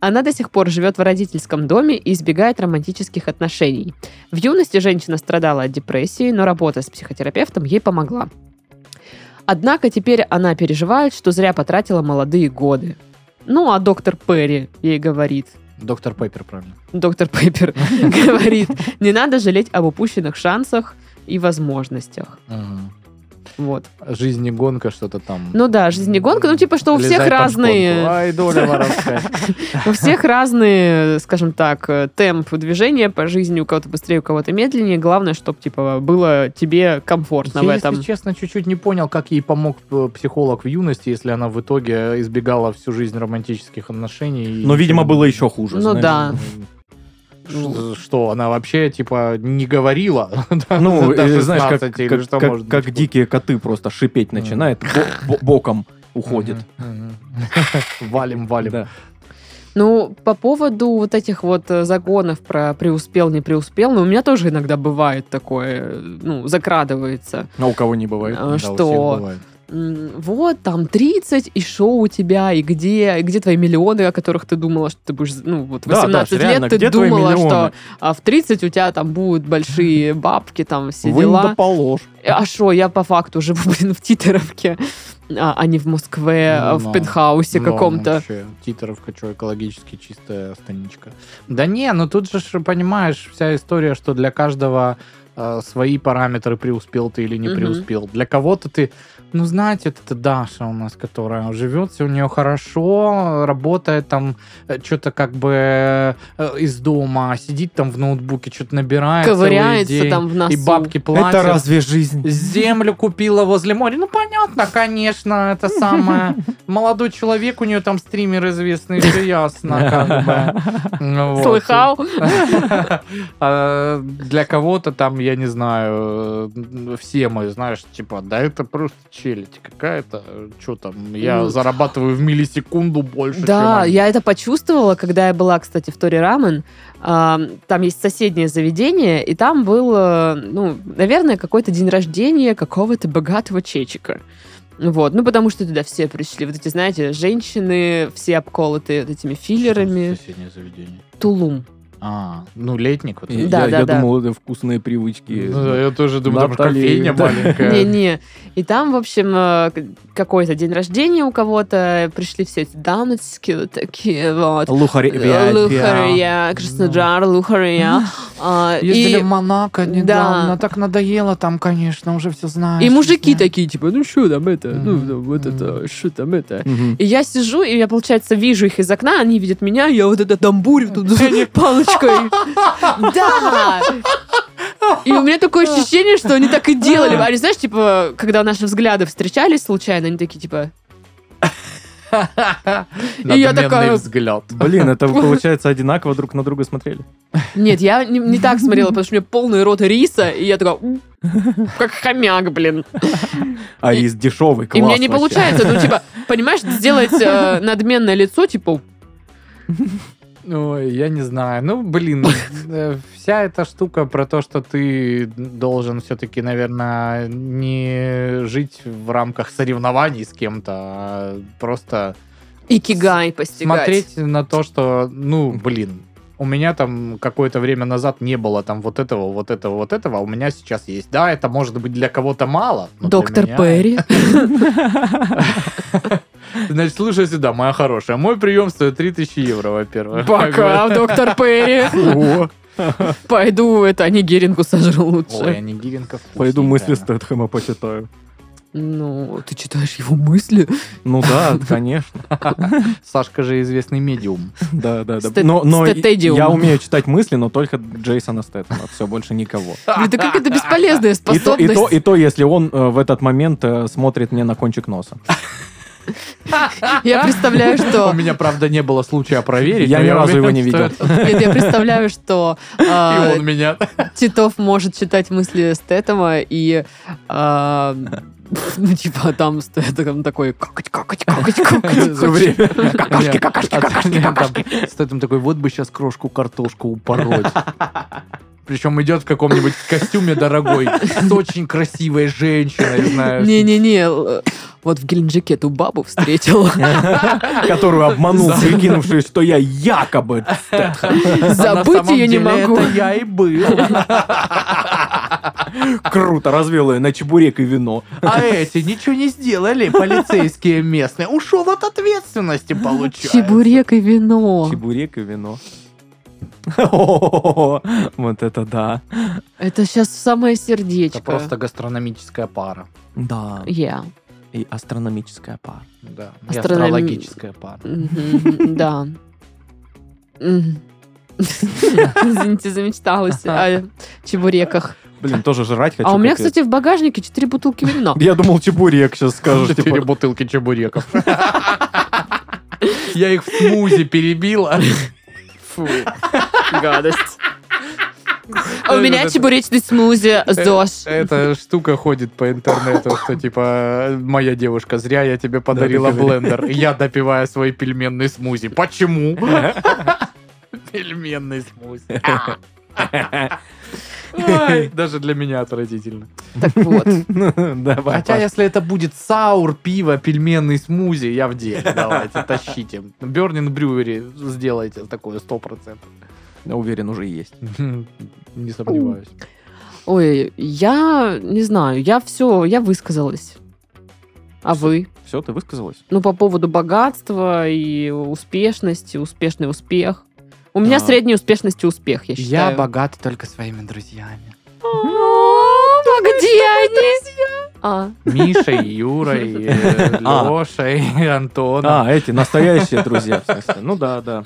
Speaker 1: Она до сих пор живет в родительском доме и избегает романтических отношений. В юности женщина страдала от депрессии, но работа с психотерапевтом ей помогла. Однако теперь она переживает, что зря потратила молодые годы. Ну, а доктор Перри ей говорит,
Speaker 2: Доктор Пеппер, правильно.
Speaker 1: доктор Пеппер говорит, не надо жалеть об упущенных шансах и возможностях.
Speaker 2: Мгм.
Speaker 1: Вот.
Speaker 2: Жизнь не гонка, что-то там.
Speaker 1: Ну да, жизнь не гонка, ну типа, что у
Speaker 2: Лизай
Speaker 1: всех
Speaker 2: под
Speaker 1: разные...
Speaker 2: шконку. Ай, доля воровская.
Speaker 1: У всех разные, скажем так, э, темп движения по жизни, у кого-то быстрее, у кого-то медленнее. Главное, чтобы типа было тебе комфортно в
Speaker 2: Я,
Speaker 1: этом.
Speaker 2: если честно, чуть-чуть не понял, как ей помог э, психолог в юности, если она в итоге избегала всю жизнь романтических отношений. и
Speaker 3: Но, Ну, видимо,
Speaker 2: ничего не-
Speaker 3: было еще хуже.
Speaker 1: Ну
Speaker 3: знаешь.
Speaker 1: да. Ну,
Speaker 2: Ш- Что, она вообще, типа, не говорила?
Speaker 3: Ну,
Speaker 2: До
Speaker 3: э, знаешь, как,
Speaker 2: 16 или
Speaker 3: как-
Speaker 2: что
Speaker 3: как-
Speaker 2: может
Speaker 3: как
Speaker 2: быть?
Speaker 3: дикие коты просто шипеть начинает, бо- бо- боком уходит.
Speaker 2: Мгм, мгм. Валим, валим.
Speaker 3: Да.
Speaker 1: Ну, по поводу вот этих вот э, загонов про преуспел, не преуспел, ну, у меня тоже иногда бывает такое, э, ну, закрадывается.
Speaker 3: А у кого не бывает.
Speaker 1: А,
Speaker 2: Да, у всех
Speaker 1: что?
Speaker 2: бывает.
Speaker 1: М, Вот, там 30, и шо у тебя, и где, и где твои миллионы, о которых ты думала, что ты будешь, ну, вот
Speaker 3: Да,
Speaker 1: 18
Speaker 3: Даш, реально,
Speaker 1: лет ты
Speaker 3: где твои
Speaker 1: думала,
Speaker 3: миллионы?
Speaker 1: что а в 30 у тебя там будут большие бабки, там все
Speaker 3: Вы
Speaker 1: дела.
Speaker 3: не дополож.
Speaker 1: А что, я по факту живу, блин, в Титеровке, а, а не в Москве, а
Speaker 2: Ну,
Speaker 1: в пентхаусе
Speaker 2: Да,
Speaker 1: каком-то.
Speaker 2: вообще, Титеровка, что, экологически чистая станичка. Да не, ну тут же, ж, понимаешь, вся история, что для каждого э, свои параметры, преуспел ты или не
Speaker 1: Мгм.
Speaker 2: преуспел. Для кого-то ты, ну знаете, вот это Даша у нас, которая живет, все у нее хорошо, работает там, что-то как бы э, из дома, сидит там в ноутбуке, что-то набирает целый
Speaker 1: Ковыряется
Speaker 2: день,
Speaker 1: там в
Speaker 2: и
Speaker 1: носу.
Speaker 2: бабки платят.
Speaker 3: жизнь?
Speaker 2: Землю купила возле моря. Ну, понятно, конечно, это самое. Молодой человек, у нее там стример известный, все ясно, как бы. Ну, вот.
Speaker 1: Слыхал?
Speaker 2: А Для кого-то там, я не знаю, э, все мы, знаешь, типа, да это просто челядь какая-то. Что там, я
Speaker 1: Ну,
Speaker 2: зарабатываю в миллисекунду больше, чем
Speaker 1: Да,
Speaker 2: они.
Speaker 1: я это почувствовала, когда я была, кстати, в Торе Рамен. А, Там есть соседнее заведение, и там был, э, ну, наверное, какой-то день рождения какого-то богатого чечика. Вот, ну, потому что туда все пришли. Вот эти, знаете, женщины, все обколотые вот этими
Speaker 2: Что там
Speaker 1: филлерами.
Speaker 2: Соседнее заведение.
Speaker 1: Тулум.
Speaker 2: А, ну, летник вот.
Speaker 3: Я,
Speaker 1: Да,
Speaker 3: я
Speaker 1: да, да. Э,
Speaker 3: думал, это вкусные привычки.
Speaker 2: Ну, Я тоже думаю, там же
Speaker 3: Натали,
Speaker 2: кофейня
Speaker 3: да.
Speaker 2: маленькая.
Speaker 1: Не-не. И там, в общем, э, к- какой-то день рождения у кого-то, пришли все эти дамочки вот такие вот.
Speaker 3: Лухари-
Speaker 1: Э,
Speaker 3: Виа-
Speaker 1: Лухарья, Краснодар, Лухарья. А,
Speaker 2: ну. Ездили в
Speaker 1: И
Speaker 2: Монако
Speaker 1: Да.
Speaker 2: недавно, так надоело там, конечно, уже все знают.
Speaker 1: и мужики такие, типа, ну что там это, ну
Speaker 2: Мгм,
Speaker 1: там вот это,
Speaker 2: мгм.
Speaker 1: что там это.
Speaker 3: Мгм.
Speaker 1: И я сижу, и я, получается, вижу их из окна, они видят меня, и я вот это тамбурю тут палочкой. Да! И у меня такое ощущение, что они так и делали. Они, знаешь, типа, когда наши взгляды встречались случайно, они такие, типа, И я такая-
Speaker 2: взгляд.
Speaker 3: Блин, это получается одинаково друг на друга смотрели.
Speaker 1: нет, я не, не так смотрела, потому что у меня полный рот риса, и я такая, «М, как хомяк, блин.
Speaker 3: А
Speaker 1: И-
Speaker 3: из дешевый класс
Speaker 1: И у меня не
Speaker 3: вообще.
Speaker 1: получается, ну, типа, понимаешь, сделать э, надменное лицо, типа,
Speaker 2: Ой, я не знаю. Ну, блин, э, вся эта штука про то, что ты должен все-таки, наверное, не жить в рамках соревнований с кем-то, а просто
Speaker 1: Икигай постигать.
Speaker 2: смотреть на то, что, ну, блин, у меня там какое-то время назад не было там вот этого, вот этого, вот этого, а у меня сейчас есть. Да, это может быть для кого-то мало. но Ну, для
Speaker 1: Доктор
Speaker 2: меня-
Speaker 1: Перри.
Speaker 2: Значит, слушай сюда, моя хорошая. Мой прием стоит 3000 евро, во-первых.
Speaker 1: Пока, доктор Перри.
Speaker 2: О,
Speaker 1: Пойду это не Герингу сожру
Speaker 2: Ой,
Speaker 1: лучше.
Speaker 2: они Гиленко вкуснее,
Speaker 3: Пойду мысли
Speaker 2: реально.
Speaker 3: Стэтхэма почитаю.
Speaker 1: Ну, ты читаешь его мысли?
Speaker 3: Ну да, конечно.
Speaker 2: Сашка же известный медиум.
Speaker 3: Да, да, да.
Speaker 1: Стэт-
Speaker 3: Но, но
Speaker 1: стэтедиум.
Speaker 3: я умею читать мысли, но только Джейсона Стэтхэма. Все, больше никого.
Speaker 1: Блин, да как это бесполезная
Speaker 3: И то, и,
Speaker 1: способность.
Speaker 3: то, и то, если он э, в этот момент э, смотрит мне на кончик носа.
Speaker 1: Я представляю,
Speaker 2: У
Speaker 1: что...
Speaker 2: меня, правда, не было случая проверить.
Speaker 3: Я
Speaker 2: но
Speaker 3: ни разу его
Speaker 2: уверен,
Speaker 3: не
Speaker 2: что
Speaker 3: видел.
Speaker 2: это-
Speaker 1: Нет, я представляю, что а,
Speaker 2: И он меня.
Speaker 1: Титов может читать мысли Стэтома и... а, ну, типа, там Стэтэм такой какать, какать, какать, какать.
Speaker 2: Всё время.
Speaker 1: Какашки, какашки, какашки, какашки.
Speaker 2: Стоит такой, вот бы сейчас крошку картошку упороть. Причем идет в каком-нибудь костюме дорогой, с очень красивой женщиной, знаешь.
Speaker 1: Не-не-не, л- вот в Геленджике эту бабу встретила.
Speaker 3: Которую обманул, прикинувшись, что я якобы
Speaker 2: А на
Speaker 1: Забыть
Speaker 2: самом
Speaker 1: ее не
Speaker 2: деле
Speaker 1: могу.
Speaker 2: Это я и был.
Speaker 3: круто развел ее на чебурек и вино.
Speaker 2: А эти ничего не сделали, полицейские местные. Ушел от ответственности, получается.
Speaker 1: Чебурек и вино.
Speaker 3: Чебурек и вино. О, Вот это да.
Speaker 1: Это сейчас самое
Speaker 2: Это
Speaker 1: сердечко.
Speaker 2: просто гастрономическая пара.
Speaker 3: Да.
Speaker 1: Я.
Speaker 3: И астрономическая пара.
Speaker 2: Да, и
Speaker 1: Астрономи-
Speaker 2: астрологическая пара.
Speaker 1: Мгм, Да. Мгм. Извините, замечталась о чебуреках.
Speaker 3: Блин, тоже жрать хочу.
Speaker 1: А у меня,
Speaker 3: капец.
Speaker 1: кстати, в багажнике 4 бутылки вина.
Speaker 3: Я думал, чебурек сейчас скажешь.
Speaker 2: Четыре
Speaker 3: типа,
Speaker 2: бутылки чебуреков. Я их в смузи перебила.
Speaker 1: Фу, гадость. А у меня чебуречный смузи, Зош.
Speaker 2: Э, Эта штука ходит по интернету, что типа, моя девушка, зря я тебе подарила
Speaker 3: ты говори.
Speaker 2: блендер. Я допиваю свой пельменный смузи. Почему? Пельменный смузи. Ай, Даже для меня отвратительно.
Speaker 1: Так вот.
Speaker 3: Давай.
Speaker 2: Хотя,
Speaker 3: Паш.
Speaker 2: если это будет саур, пиво, пельменный смузи, я в деле. Давайте, тащите. Бернин Брювери сделайте такое 100%.
Speaker 3: Я Уверен, уже есть.
Speaker 2: Не сомневаюсь.
Speaker 1: Ой, я не знаю, я все, я высказалась. А вы?
Speaker 3: Все, ты высказалась?
Speaker 1: Ну, по поводу богатства и успешности, успешный успех. У меня
Speaker 3: А.
Speaker 1: средняя успешность и успех, я считаю.
Speaker 2: богат только своими друзьями.
Speaker 1: А где они? А,
Speaker 2: Мишей, Юрой, э,
Speaker 3: А.
Speaker 2: Лешей,
Speaker 1: Ну
Speaker 2: Антоном.
Speaker 3: А, эти настоящие друзья, в смысле. Ну да, да.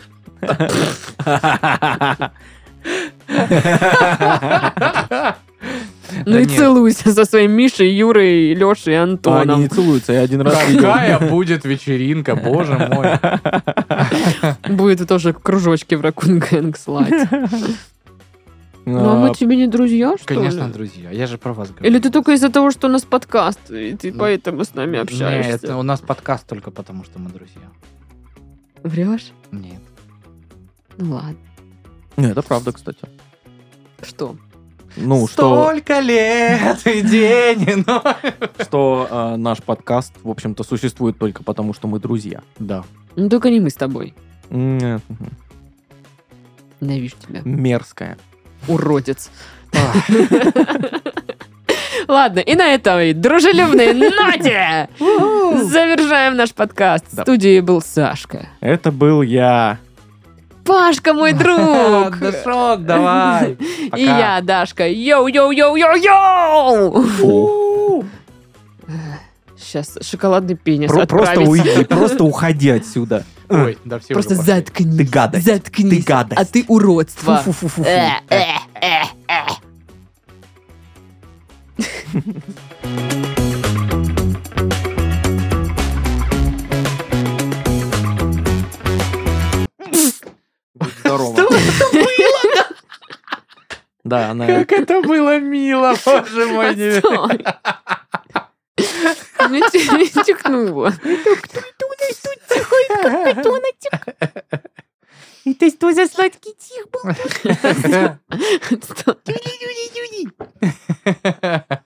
Speaker 1: ну и
Speaker 2: нет.
Speaker 1: целуйся со своим Мишей, Юрой, Лешей и
Speaker 3: Ну, Они не
Speaker 1: Антоном.
Speaker 3: целуются, я один раз
Speaker 2: ну Какая будет вечеринка, боже мой.
Speaker 1: Будет тоже кружочки в Ракун Гэнг слать. Ну, а
Speaker 3: видел.
Speaker 1: мы тебе не друзья, что ли?
Speaker 2: друзья. Я же про вас
Speaker 1: Или ты только из-за того, что у нас подкаст, и ты
Speaker 2: Ну,
Speaker 1: поэтому с нами
Speaker 2: Нет,
Speaker 1: общаешься?
Speaker 2: у нас подкаст только потому, что мы друзья.
Speaker 1: Врешь?
Speaker 2: Нет.
Speaker 1: Ну ладно.
Speaker 3: Не, это правда, кстати.
Speaker 1: Что?
Speaker 3: Ну, что,
Speaker 2: Столько лет и день и ночь.
Speaker 3: что э, наш подкаст, в общем-то, существует только потому, что мы друзья.
Speaker 2: Да.
Speaker 1: Ну только не мы с тобой.
Speaker 3: М,
Speaker 1: Ненавижу тебя.
Speaker 3: Мерзкая.
Speaker 1: уродец. Ладно, и на этой дружелюбной ноте завершаем наш подкаст. В
Speaker 3: Да.
Speaker 1: студии был Сашка.
Speaker 3: Это был я.
Speaker 1: Пашка, мой друг!
Speaker 2: Душок, давай.
Speaker 1: И я, Дашка. Йоу-йоу-йоу-йоу-йоу!
Speaker 2: Фу.
Speaker 1: Сейчас шоколадный пенис
Speaker 3: Про- просто
Speaker 1: отправить.
Speaker 3: уйди, просто уходи отсюда.
Speaker 2: Ой, да все
Speaker 1: Просто
Speaker 2: уже пошли.
Speaker 1: заткнись.
Speaker 3: Ты гадость.
Speaker 1: Заткнись.
Speaker 3: Ты гадость.
Speaker 1: А ты уродство.
Speaker 3: Фу-фу-фу-фу-фу.
Speaker 1: Э, э, э, э.
Speaker 3: Будь здорова. Да, она...
Speaker 2: Как это было мило, боже мой. не-
Speaker 1: Постой. Ну, те- не тихнуло.
Speaker 2: И
Speaker 1: Ты что за сладкий тих был?
Speaker 2: Тюди-дюди-дюди.